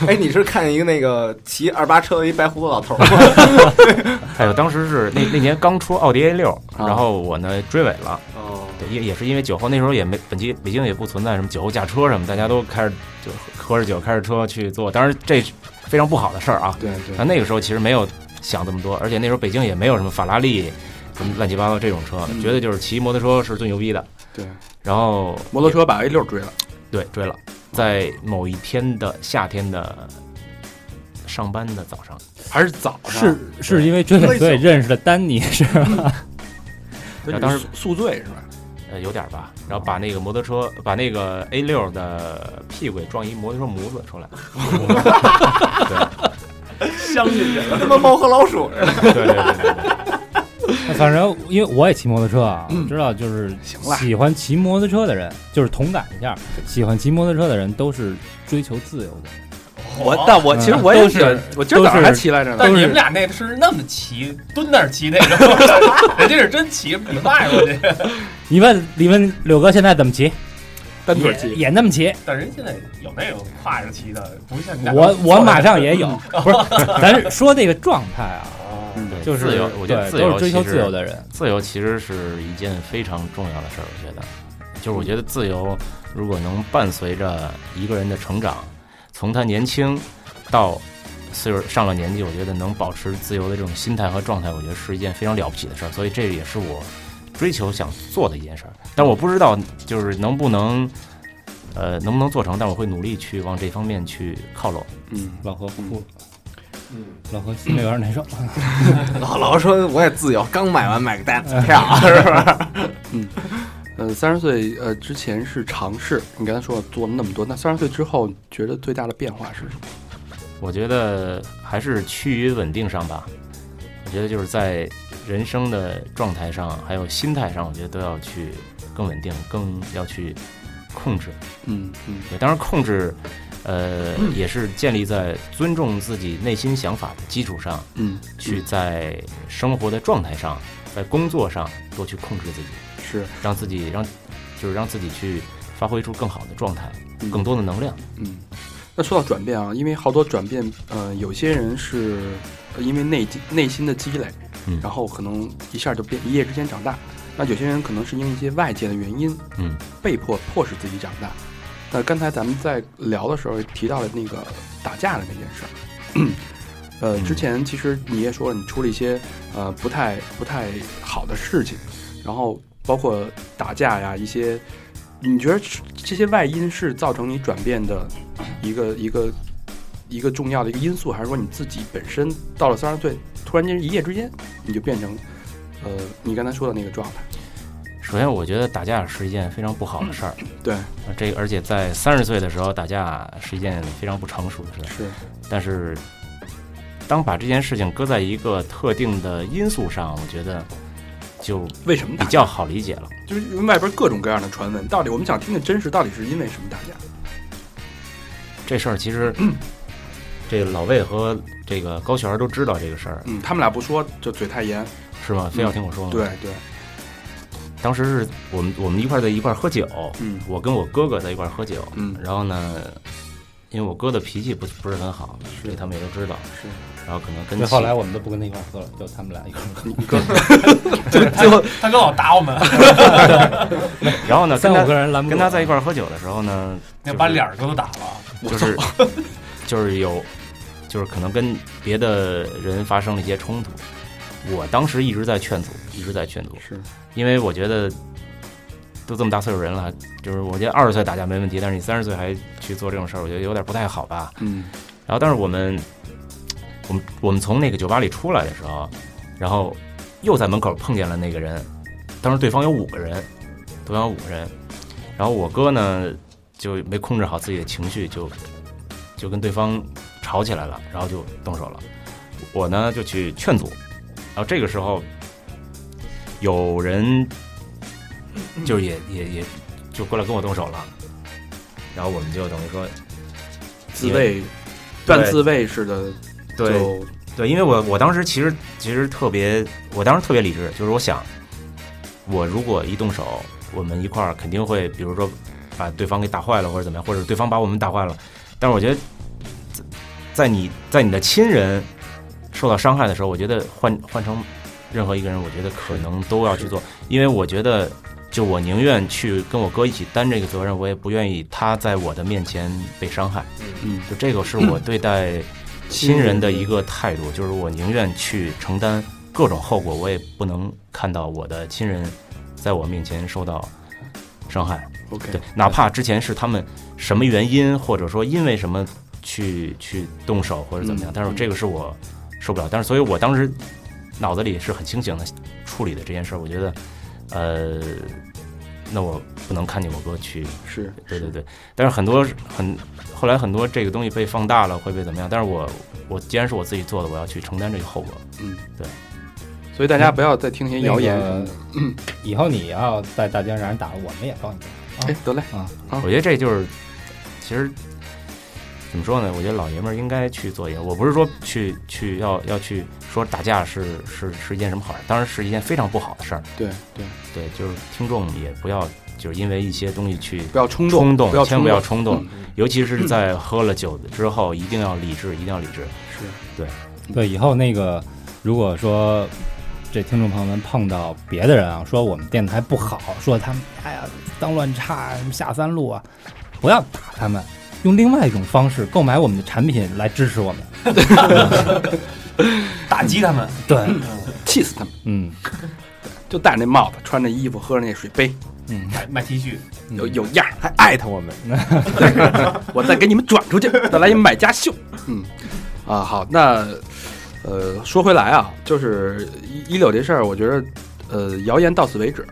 [SPEAKER 5] 哎，你是看一个那个骑二八车的一白胡子老头儿吗？
[SPEAKER 7] 哎呦，当时是那那年刚出奥迪 A 六，
[SPEAKER 4] 啊
[SPEAKER 7] 然后我呢追尾了，
[SPEAKER 5] 哦，
[SPEAKER 7] 对也也是因为酒后那时候也没本期北京也不存在什么酒后驾车什么，大家都开着就喝着酒开着车去做，当然这是非常不好的事儿啊。
[SPEAKER 4] 对对
[SPEAKER 7] 但那个时候其实没有想这么多，而且那时候北京也没有什么法拉利。什么乱七八糟这种车，
[SPEAKER 4] 嗯
[SPEAKER 7] 觉得就是骑摩托车是最牛逼的。
[SPEAKER 4] 对，
[SPEAKER 7] 然后
[SPEAKER 4] 摩托车把 A 六追了，
[SPEAKER 7] 对，追了，在某一天的夏天的上班的早上，
[SPEAKER 4] 还是早上
[SPEAKER 6] 是是因为追尾所以认识的丹尼是吧？
[SPEAKER 4] 对
[SPEAKER 7] 然后当时
[SPEAKER 4] 你宿醉是吧？
[SPEAKER 7] 呃，有点儿吧，然后把那个摩托车，把那个 A 六的屁股给撞一摩托车模子出来，
[SPEAKER 9] 相信人了，
[SPEAKER 5] 他妈猫和老鼠似的。
[SPEAKER 7] 对对对对对，
[SPEAKER 6] 反正因为我也骑摩托车啊，我知道就是
[SPEAKER 4] 嗯行了
[SPEAKER 6] 喜欢骑摩托车的人，就是同感一下，喜欢骑摩托车的人都是追求自由的。
[SPEAKER 4] 我但我其实我也
[SPEAKER 6] 嗯都是
[SPEAKER 4] 喜欢，我今儿早上还骑来着
[SPEAKER 8] 但
[SPEAKER 4] 呢。
[SPEAKER 8] 是你们俩那是那么骑，蹲那儿骑那种， [laughs] 人家是真骑，你迈过去。
[SPEAKER 6] 你问你问柳哥现在怎么骑？
[SPEAKER 4] 单腿骑，
[SPEAKER 6] 也那么骑。
[SPEAKER 8] 但人现在有那种跨着骑的，不像你俩
[SPEAKER 6] 我我马上
[SPEAKER 4] [laughs]
[SPEAKER 6] 也有，不是，咱是说这个状态啊，
[SPEAKER 8] 哦
[SPEAKER 7] 对
[SPEAKER 6] 就是
[SPEAKER 7] 自由，我觉得
[SPEAKER 6] 对
[SPEAKER 7] 自由
[SPEAKER 6] 都是追求
[SPEAKER 7] 其实
[SPEAKER 6] 自由的嗯人，
[SPEAKER 7] 自由其实是一件非常重要的事儿，我觉得，就是我觉得自由如果能伴随着一个人的成长，从他年轻到岁数上了年纪，我觉得能保持自由的这种心态和状态，我觉得是一件非常了不起的事儿，所以这也是我追求想做的一件事儿，但我不知道就是能不能。呃，能不能做成？但我会努力去往这方面去靠拢。
[SPEAKER 4] 嗯，
[SPEAKER 6] 老何哭了，嗯，老何心里有点难受。
[SPEAKER 5] [laughs] 老老说我也自由，刚买完买个大彩票，是吧？
[SPEAKER 4] 呃，三十岁呃之前是尝试，你刚才说做了那么多，那三十岁之后觉得最大的变化是什么？
[SPEAKER 7] 我觉得还是趋于稳定上吧。我觉得就是在人生的状态上，还有心态上，我觉得都要去更稳定，更要去控制。
[SPEAKER 4] 嗯嗯
[SPEAKER 7] 对，当然控制，呃，也是建立在尊重自己内心想法的基础上，
[SPEAKER 4] 嗯，
[SPEAKER 7] 去在呃生活的状态上，在工作上多去控制自己，
[SPEAKER 4] 是
[SPEAKER 7] 让自己让就是让自己去发挥出更好的状态，
[SPEAKER 4] 嗯
[SPEAKER 7] 更多的能量。
[SPEAKER 4] 嗯，那说到转变啊，因为好多转变，呃，有些人是呃因为内积内心的积累，
[SPEAKER 7] 嗯
[SPEAKER 4] 然后可能一下就变一夜之间长大。那有些人可能是因为一些外界的原因，
[SPEAKER 7] 嗯，
[SPEAKER 4] 被迫迫使自己长大。那刚才咱们在聊的时候也提到了那个打架的那件事儿， [clears throat] 呃，
[SPEAKER 7] 嗯
[SPEAKER 4] 之前其实你也说了，你出了一些呃不太不太好的事情，然后包括打架呀一些，你觉得这些外因是造成你转变的一个一个一个重要的一个因素，还是说你自己本身到了三十岁，突然间一夜之间你就变成呃你刚才说的那个状态？
[SPEAKER 7] 首先，我觉得打架是一件非常不好的事儿。
[SPEAKER 4] 对，
[SPEAKER 7] 呃这个而且在三十岁的时候打架是一件非常不成熟的事，
[SPEAKER 4] 是，
[SPEAKER 7] 但是当把这件事情搁在一个特定的因素上，我觉得就
[SPEAKER 4] 为什么
[SPEAKER 7] 比
[SPEAKER 4] 打架？
[SPEAKER 7] 较好理解了。
[SPEAKER 4] 就是因为外边各种各样的传闻，到底我们想听的真实到底是因为什么打架？
[SPEAKER 7] 这事儿其实，
[SPEAKER 4] 嗯
[SPEAKER 7] 这老魏和这个高璇儿都知道这个事儿，
[SPEAKER 4] 嗯，他们俩不说就嘴太严，
[SPEAKER 7] 是吗？非要听我说吗？
[SPEAKER 4] 对，对，
[SPEAKER 7] 当时是我们我们一块儿在一块儿喝酒，
[SPEAKER 4] 嗯
[SPEAKER 7] 我跟我哥哥在一块儿喝酒，
[SPEAKER 4] 嗯
[SPEAKER 7] 然后呢，因为我哥的脾气不不是很好，这他们也都知道，
[SPEAKER 4] 是。
[SPEAKER 7] 然后可能跟
[SPEAKER 4] 嗯
[SPEAKER 6] [laughs] 所以
[SPEAKER 7] 其
[SPEAKER 6] 后来我们都不跟他一块儿喝了，就他们俩一块儿喝。
[SPEAKER 8] 最后他跟我打我们，
[SPEAKER 7] 然后呢，跟
[SPEAKER 6] 三
[SPEAKER 7] 他
[SPEAKER 6] 五个人拦不住
[SPEAKER 7] 跟他在一块儿喝酒的时候呢，
[SPEAKER 8] [laughs] 那
[SPEAKER 7] 就是
[SPEAKER 8] 把脸儿都打了。
[SPEAKER 7] 就是 [laughs] 就是有就是可能跟别的人发生了一些冲突。我当时一直在劝阻，一直在劝阻，
[SPEAKER 4] 是
[SPEAKER 7] 因为我觉得都这么大岁数人了，就是我觉得二十岁打架没问题，但是你三十岁还去做这种事儿，我觉得有点不太好吧。
[SPEAKER 4] 嗯，
[SPEAKER 7] 然后，但是我们，我们我们从那个酒吧里出来的时候，然后又在门口碰见了那个人，当时对方有五个人，对方有五个人，然后我哥呢就没控制好自己的情绪，就就跟对方吵起来了，然后就动手了。我呢就去劝阻，然后这个时候有人就是也也也就过来跟我动手了，然后我们就等于说
[SPEAKER 4] 自卫，半自卫似的，
[SPEAKER 7] 对
[SPEAKER 4] 就
[SPEAKER 7] 对，因为我我当时其实其实特别，我当时特别理智，就是我想，我如果一动手，我们一块儿肯定会，比如说把对方给打坏了，或者怎么样，或者对方把我们打坏了。但是我觉得，在在你在你的亲人受到伤害的时候，我觉得换换成任何一个人，我觉得可能都要去做，因为我觉得，就我宁愿去跟我哥一起担这个责任，我也不愿意他在我的面前被伤害。
[SPEAKER 4] 嗯，
[SPEAKER 7] 就这个是我对待亲人的一个态度，就是我宁愿去承担各种后果，我也不能看到我的亲人在我面前受到伤害。
[SPEAKER 4] OK，
[SPEAKER 7] 对，哪怕之前是他们什么原因，或者说因为什么去去动手或者怎么样
[SPEAKER 4] 嗯，
[SPEAKER 7] 但是这个是我受不了。但是所以我当时脑子里是很清醒的处理的这件事儿，我觉得，呃，那我不能看见我哥去
[SPEAKER 4] 是
[SPEAKER 7] 对对对，但是很多很后来很多这个东西被放大了，会被怎么样？但是我我既然是我自己做的，我要去承担这个后果。
[SPEAKER 4] 所以大家不要再听一些谣言。
[SPEAKER 6] 那个嗯以后你要在大街上让人打了，我们也帮你。
[SPEAKER 4] 哎，得嘞，啊
[SPEAKER 7] 我觉得这就是其实怎么说呢？我觉得老爷们儿应该去做一个，我不是说去去要要去说打架是是是一件什么好事，当然是一件非常不好的事儿。
[SPEAKER 4] 对对，
[SPEAKER 7] 对，就是听众也不要就是因为一些东西去
[SPEAKER 4] 不要冲动，
[SPEAKER 7] 冲动，
[SPEAKER 4] 不要
[SPEAKER 7] 千万不要冲动，
[SPEAKER 4] 嗯
[SPEAKER 7] 尤其是在喝了酒之后，一定要理智，一定要理智。
[SPEAKER 4] 是
[SPEAKER 6] 对，以后那个如果说这听众朋友们碰到别的人啊，说我们电台不好，说他们哎呀当乱差啊什么下三路啊，不要打他们，用另外一种方式购买我们的产品来支持我们。
[SPEAKER 8] 打击他们，
[SPEAKER 6] 对，
[SPEAKER 4] 气死他们！
[SPEAKER 6] 嗯
[SPEAKER 4] 就戴着那帽子，穿着衣服，喝着那水杯，
[SPEAKER 6] 嗯，
[SPEAKER 8] 买卖 T 恤，
[SPEAKER 4] 有有样儿。
[SPEAKER 5] 还艾特我们，
[SPEAKER 4] [laughs] 我再给你们转出去， [laughs] 再来一买家秀。嗯，啊，好，那呃，说回来啊，就是一一柳这事儿，我觉得呃，谣言到此为止，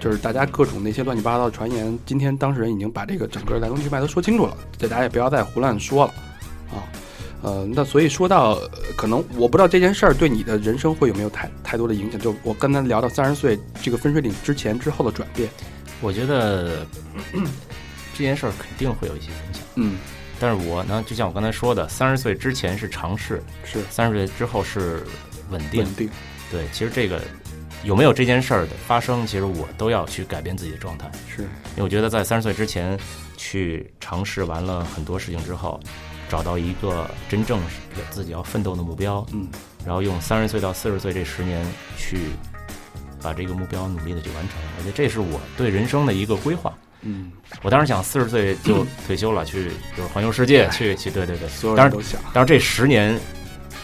[SPEAKER 4] 就是大家各种那些乱七八糟的传言，今天当事人已经把这个整个来龙去脉都说清楚了，大家也不要再胡乱说了啊。呃，那所以说到，呃可能我不知道这件事儿对你的人生会有没有太太多的影响。就我刚才聊到三十岁这个分水岭之前之后的转变，
[SPEAKER 7] 我觉得咳咳这件事儿肯定会有一些影响，
[SPEAKER 4] 嗯，
[SPEAKER 7] 但是我呢，就像我刚才说的，三十岁之前是尝试，
[SPEAKER 4] 是
[SPEAKER 7] 三十岁之后是稳定。
[SPEAKER 4] 稳定，
[SPEAKER 7] 对，其实这个有没有这件事儿的发生，其实我都要去改变自己的状态，
[SPEAKER 4] 是
[SPEAKER 7] 因为我觉得在三十岁之前去尝试完了很多事情之后，找到一个真正是自己要奋斗的目标，
[SPEAKER 4] 嗯，
[SPEAKER 7] 然后用三十岁到四十岁这十年去把这个目标努力的去完成，我觉得这是我对人生的一个规划。
[SPEAKER 4] 嗯，
[SPEAKER 7] 我当时想四十岁就退休了，去就是环游世界，去去对对对。
[SPEAKER 4] 哎所有
[SPEAKER 7] 当
[SPEAKER 4] 人
[SPEAKER 7] 然
[SPEAKER 4] 都想，
[SPEAKER 7] 当然这十年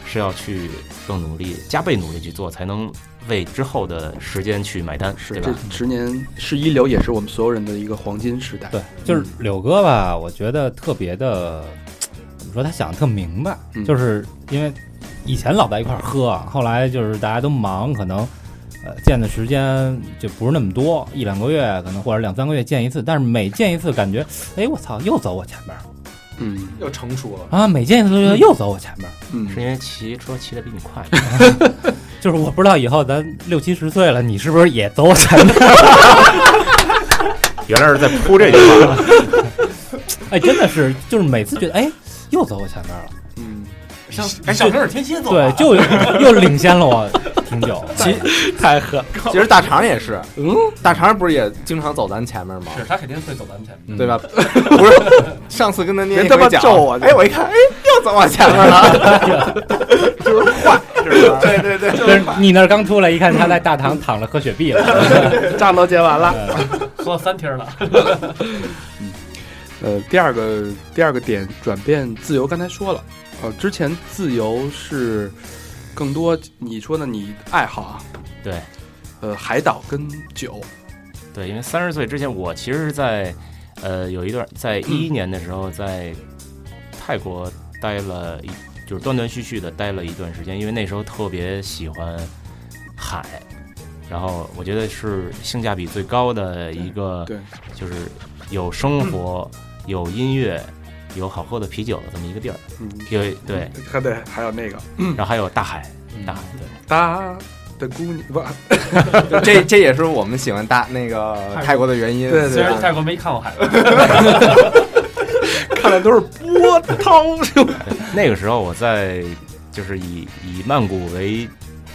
[SPEAKER 7] 是要去更努力、加倍努力去做，才能为之后的时间去买单，
[SPEAKER 4] 是
[SPEAKER 7] 对
[SPEAKER 4] 这
[SPEAKER 7] 吧？
[SPEAKER 4] 十年是一流，也是我们所有人的一个黄金时代。
[SPEAKER 6] 对，就是
[SPEAKER 4] 嗯
[SPEAKER 6] 柳哥吧，我觉得特别的，怎么说？他想的特明白，
[SPEAKER 4] 嗯
[SPEAKER 6] 就是因为以前老在一块儿喝啊，后来就是大家都忙，可能呃见的时间就不是那么多，一两个月可能或者两三个月见一次，但是每见一次感觉，哎，我操，又走我前面儿
[SPEAKER 4] 嗯
[SPEAKER 5] 又成熟了。
[SPEAKER 6] 啊！每见一次都觉得又走我前面儿，
[SPEAKER 4] 嗯，
[SPEAKER 7] 是因为骑车骑得比你快。
[SPEAKER 6] 就是我不知道以后咱六七十岁了，你是不是也走我前面儿？ [laughs]
[SPEAKER 7] 原来是在铺这句
[SPEAKER 8] [laughs]
[SPEAKER 7] 话，
[SPEAKER 6] 哎，真的是，就是每次觉得，哎，又走我前面儿了，
[SPEAKER 4] 嗯，
[SPEAKER 8] 像哎，小时候是天蝎座
[SPEAKER 6] 对， [laughs]
[SPEAKER 8] 啊，
[SPEAKER 6] 就又领先了我挺久。
[SPEAKER 5] 其
[SPEAKER 4] 太狠，
[SPEAKER 5] 其实大肠也是，
[SPEAKER 4] 嗯，
[SPEAKER 5] 大肠不是也经常走咱前面吗？
[SPEAKER 8] 是他肯定会走咱们前面。
[SPEAKER 5] 对吧？不是，上次跟他捏
[SPEAKER 4] 人
[SPEAKER 5] 一
[SPEAKER 4] 他妈
[SPEAKER 5] 回脚，
[SPEAKER 4] 咒我
[SPEAKER 5] 哎，我一看，哎，又走我前面了，就是坏，是吧？对对对，
[SPEAKER 6] 就是你那儿刚出来一看，他在大堂躺着喝雪
[SPEAKER 4] [laughs]
[SPEAKER 6] 碧了。
[SPEAKER 4] 账都结完了。
[SPEAKER 8] 喝了三瓶了，
[SPEAKER 4] 呃，第二个第二个点转变自由，刚才说了，呃，之前自由是更多你说的你爱好啊，
[SPEAKER 7] 对，啊
[SPEAKER 4] 呃，海岛跟酒，
[SPEAKER 7] 对，因为三十岁之前，我其实是在呃有一段在一一年的时候在泰国待了一，就是断断续续的待了一段时间，因为那时候特别喜欢海。然后我觉得是性价比最高的一个，
[SPEAKER 4] 对，
[SPEAKER 7] 就是有生活、有音乐、有好喝的啤酒的这么一个地儿。
[SPEAKER 4] 嗯，
[SPEAKER 7] 有对，
[SPEAKER 4] 还得还有那个
[SPEAKER 7] 然后还有大海，
[SPEAKER 8] 嗯
[SPEAKER 7] 大海对。
[SPEAKER 4] 大的姑娘不，
[SPEAKER 5] 这这也是我们喜欢大那个泰国的原因。
[SPEAKER 4] 对对
[SPEAKER 8] 虽然泰国没看过海，
[SPEAKER 4] 看来都是波涛。
[SPEAKER 7] 那个时候我在就是以以曼谷为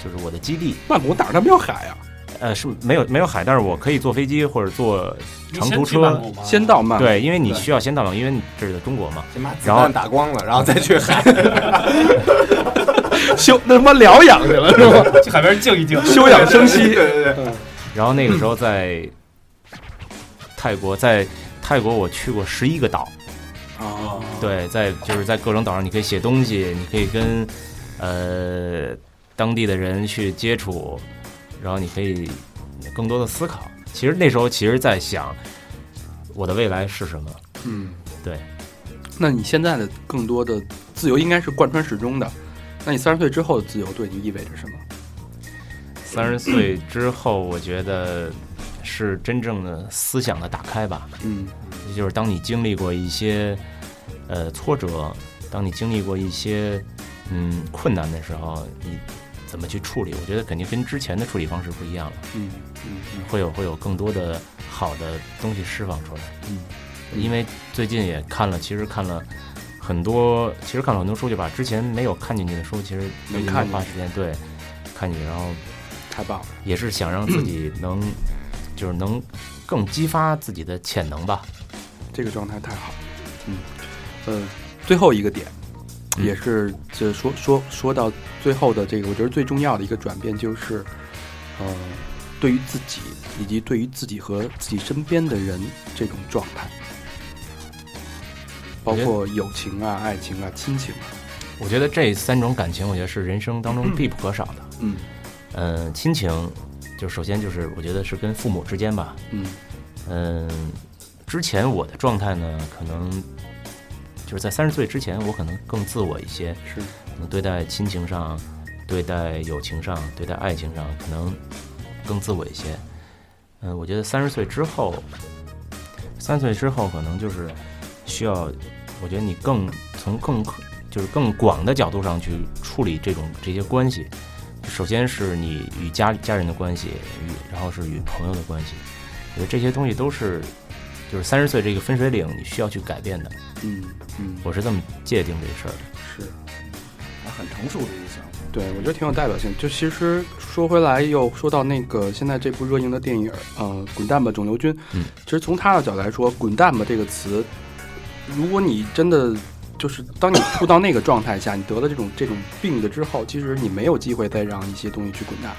[SPEAKER 7] 就是我的基地，
[SPEAKER 4] 曼谷哪儿他妈有海啊？
[SPEAKER 7] 呃，是没有没有海，但是我可以坐飞机或者坐长途车。
[SPEAKER 4] 先到曼谷，
[SPEAKER 7] 对，因为你
[SPEAKER 5] 对
[SPEAKER 7] 需要先到了，因为你这是中国嘛。
[SPEAKER 5] 先把子
[SPEAKER 7] 然后
[SPEAKER 5] 弹打光了，然后再去 [laughs] 海。
[SPEAKER 4] 休那他妈疗养去了是吧？
[SPEAKER 8] [laughs] 去海边静一静，
[SPEAKER 4] 休养生息。
[SPEAKER 7] 然后那个时候在泰国，在泰国我去过十一个岛，
[SPEAKER 4] 啊，
[SPEAKER 7] 对，在就是在各种岛上，你可以写东西，你可以跟呃当地的人去接触，然后你可以更多的思考。其实那时候其实在想我的未来是什么。
[SPEAKER 4] 嗯，
[SPEAKER 7] 对。
[SPEAKER 4] 那你现在的更多的自由应该是贯穿始终的。那你三十岁之后的自由对你意味着什么？
[SPEAKER 7] 三十岁之后，我觉得是真正的思想的打开吧。
[SPEAKER 4] 嗯
[SPEAKER 7] 就是当你经历过一些呃挫折，当你经历过一些嗯困难的时候，你怎么去处理？我觉得肯定跟之前的处理方式不一样了，
[SPEAKER 4] 嗯嗯
[SPEAKER 7] 会有会有更多的好的东西释放出来。
[SPEAKER 4] 嗯，
[SPEAKER 7] 因为最近也看了，其实看了。很多其实看了很多书，就把之前没有看进去的书，其实
[SPEAKER 4] 能
[SPEAKER 7] 最近
[SPEAKER 4] 看进
[SPEAKER 7] 花时间对看进去，然后
[SPEAKER 4] 嗯，太棒了。
[SPEAKER 7] 也是想让自己能，就是能更激发自己的潜能吧。
[SPEAKER 4] 这个状态太好。嗯，呃，最后一个点，
[SPEAKER 7] 嗯
[SPEAKER 4] 也是这说说说到最后的这个，我觉得最重要的一个转变就是，呃，对于自己以及对于自己和自己身边的人这种状态，包
[SPEAKER 7] 我觉得
[SPEAKER 4] 括友情啊、爱情啊、亲情啊，
[SPEAKER 7] 我觉得这三种感情，我觉得是人生当中必不可少的。
[SPEAKER 4] 嗯
[SPEAKER 7] 嗯，亲情，就首先就是我觉得是跟父母之间吧。
[SPEAKER 4] 嗯
[SPEAKER 7] 嗯，之前我的状态呢，可能就是在三十岁之前，我可能更自我一些，
[SPEAKER 4] 是
[SPEAKER 7] 可能对待亲情上、对待友情上、对待爱情上，可能更自我一些。嗯，我觉得三十岁之后，三十岁之后可能就是需要，我觉得你更从更就是更广的角度上去处理这种这些关系。首先是你与家家人的关系，与然后是与朋友的关系，我觉得这些东西都是就是三十岁这个分水岭你需要去改变的。
[SPEAKER 4] 嗯嗯，
[SPEAKER 7] 我是这么界定这事儿的。
[SPEAKER 4] 是。
[SPEAKER 9] 还很成熟的一个想法。
[SPEAKER 4] 对，我觉得挺有代表性。就其实说回来，又说到那个现在这部热映的电影，呃，《滚蛋吧，肿瘤君》。
[SPEAKER 7] 嗯，
[SPEAKER 4] 其实从他的角度来说，“滚蛋吧”这个词，如果你真的就是当你处到那个状态下，你得了这种这种病了之后，其实你没有机会再让一些东西去滚蛋。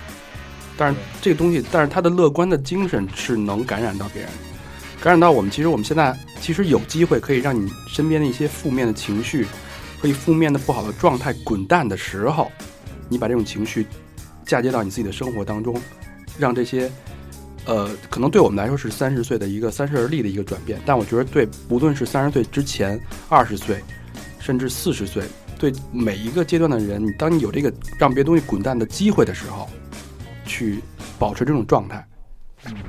[SPEAKER 4] 但是这个东西，但是他的乐观的精神是能感染到别人，感染到我们。其实我们现在其实有机会可以让你身边的一些负面的情绪和一负面的不好的状态滚蛋的时候，你把这种情绪嫁接到你自己的生活当中，让这些呃，可能对我们来说是三十岁的一个三十而立的一个转变，但我觉得对，不论是三十岁之前、二十岁，甚至四十岁，对每一个阶段的人，你当你有这个让别的东西滚蛋的机会的时候，去保持这种状态，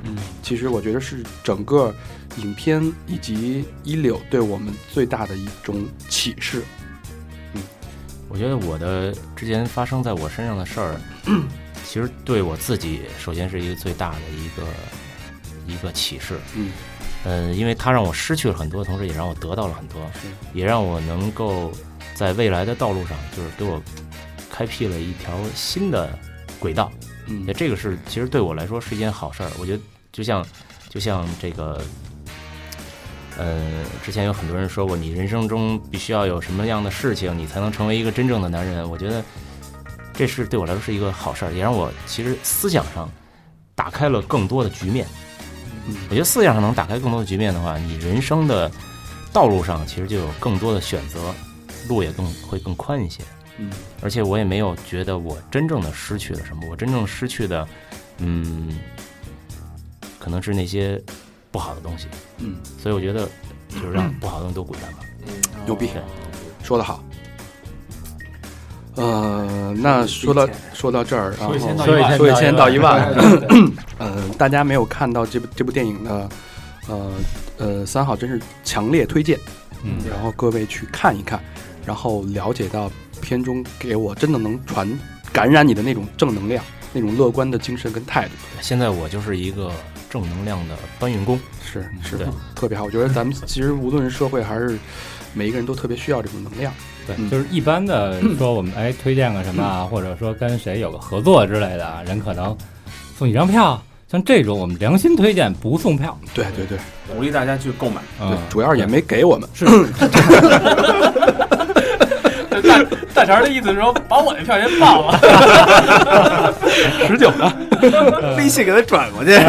[SPEAKER 8] 嗯，
[SPEAKER 4] 其实我觉得是整个影片以及一柳对我们最大的一种启示。
[SPEAKER 7] 我觉得我的之前发生在我身上的
[SPEAKER 4] [clears throat]
[SPEAKER 7] 事儿，其实对我自己首先是一个最大的一个一个启示。
[SPEAKER 4] 嗯，
[SPEAKER 7] 呃，因为它让我失去了很多，同时也让我得到了很多，也让我能够在未来的道路上，就是给我开辟了一条新的轨道。
[SPEAKER 4] 嗯
[SPEAKER 7] 那，这个是其实对我来说是一件好事儿。我觉得就像就像这个，呃，之前有很多人说过，你人生中必须要有什么样的事情，你才能成为一个真正的男人。我觉得这是对我来说是一个好事儿，也让我其实思想上打开了更多的局面。我觉得思想上能打开更多的局面的话，你人生的道路上其实就有更多的选择，路也更会更宽一些。
[SPEAKER 4] 嗯，
[SPEAKER 7] 而且我也没有觉得我真正的失去了什么，我真正失去的，嗯，可能是那些不好的东西。
[SPEAKER 4] 嗯，
[SPEAKER 7] 所以我觉得就是让不好的东西都滚蛋吧。
[SPEAKER 4] 牛逼
[SPEAKER 7] 对，
[SPEAKER 4] 说得好。呃，那说到说到这儿，然后
[SPEAKER 6] 所以
[SPEAKER 4] 所以现在到一万。
[SPEAKER 5] 对对
[SPEAKER 4] [laughs]
[SPEAKER 5] 对
[SPEAKER 4] 呃，大家没有看到这部这部电影的，呃呃，三好真是强烈推荐，
[SPEAKER 6] 嗯，
[SPEAKER 4] 然后各位去看一看，然后了解到片中给我真的能传感染你的那种正能量，那种乐观的精神跟态度，
[SPEAKER 7] 现在我就是一个正能量的搬运工。
[SPEAKER 4] 是是
[SPEAKER 7] 对，
[SPEAKER 4] 特别好。我觉得咱们其实无论是社会还是每一个人都特别需要这种能量。嗯
[SPEAKER 6] 对，就是一般的说我们哎推荐个什么啊，或者说跟谁有个合作之类的啊，人可能送你张票，像这种我们良心推荐不送票，
[SPEAKER 4] 对对对，
[SPEAKER 9] 鼓励大家去购买。
[SPEAKER 6] 嗯
[SPEAKER 4] 对，，主要是也没给我们，
[SPEAKER 8] 大肠的意思是说，把我的票先报了。
[SPEAKER 4] 十九呢。
[SPEAKER 5] 微信给他转过去。
[SPEAKER 4] [coughs]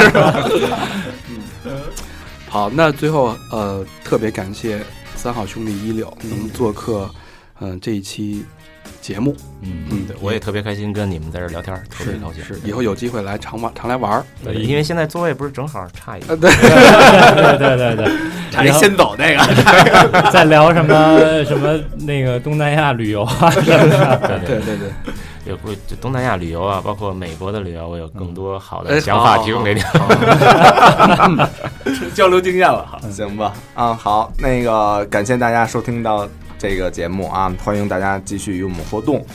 [SPEAKER 4] 好，那最后呃，特别感谢三好兄弟一柳能做客，嗯、这一期节目，
[SPEAKER 6] 嗯，
[SPEAKER 4] 嗯，
[SPEAKER 7] 对，我也特别开心跟你们在这儿聊天儿，特别高兴。
[SPEAKER 4] 是，以后有机会来常玩常来玩儿。
[SPEAKER 7] 对，因为现在座位不是正好差一个
[SPEAKER 4] 呃，，对，
[SPEAKER 6] [laughs] 对对对对，
[SPEAKER 5] 差点先走那个，
[SPEAKER 6] 再聊什
[SPEAKER 4] 呃
[SPEAKER 6] 么什么那个东南亚旅游啊什么的，
[SPEAKER 7] 对
[SPEAKER 4] 对对对，
[SPEAKER 7] 有过就东南亚旅游啊，包括美国的旅游，我有更多好
[SPEAKER 4] 哎
[SPEAKER 7] 的想法
[SPEAKER 4] 好
[SPEAKER 7] 提供给你。
[SPEAKER 5] 交流经验了，好行吧？啊，好，那个感谢大家收听到这个节目啊，欢迎大家继续与我们互动。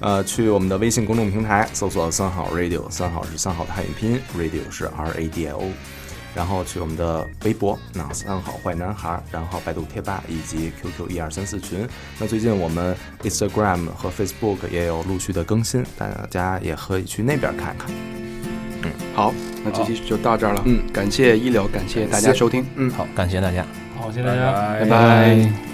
[SPEAKER 5] 呃，去我们的微信公众平台搜索“三好 radio”，三好是三好的汉语拼音，radio 是 R A D I O。然后去我们的微博，那三好坏男孩，然后百度贴吧以及 QQ 一二三四群。那最近我们 Instagram 和 Facebook 也有陆续的更新，大家也可以去那边看看。
[SPEAKER 4] 好，那这期就到这儿了，
[SPEAKER 5] 嗯，
[SPEAKER 4] 感谢一柳，感谢大家收听，
[SPEAKER 7] 好，感谢大家。
[SPEAKER 8] 好，谢谢大家。
[SPEAKER 4] 拜拜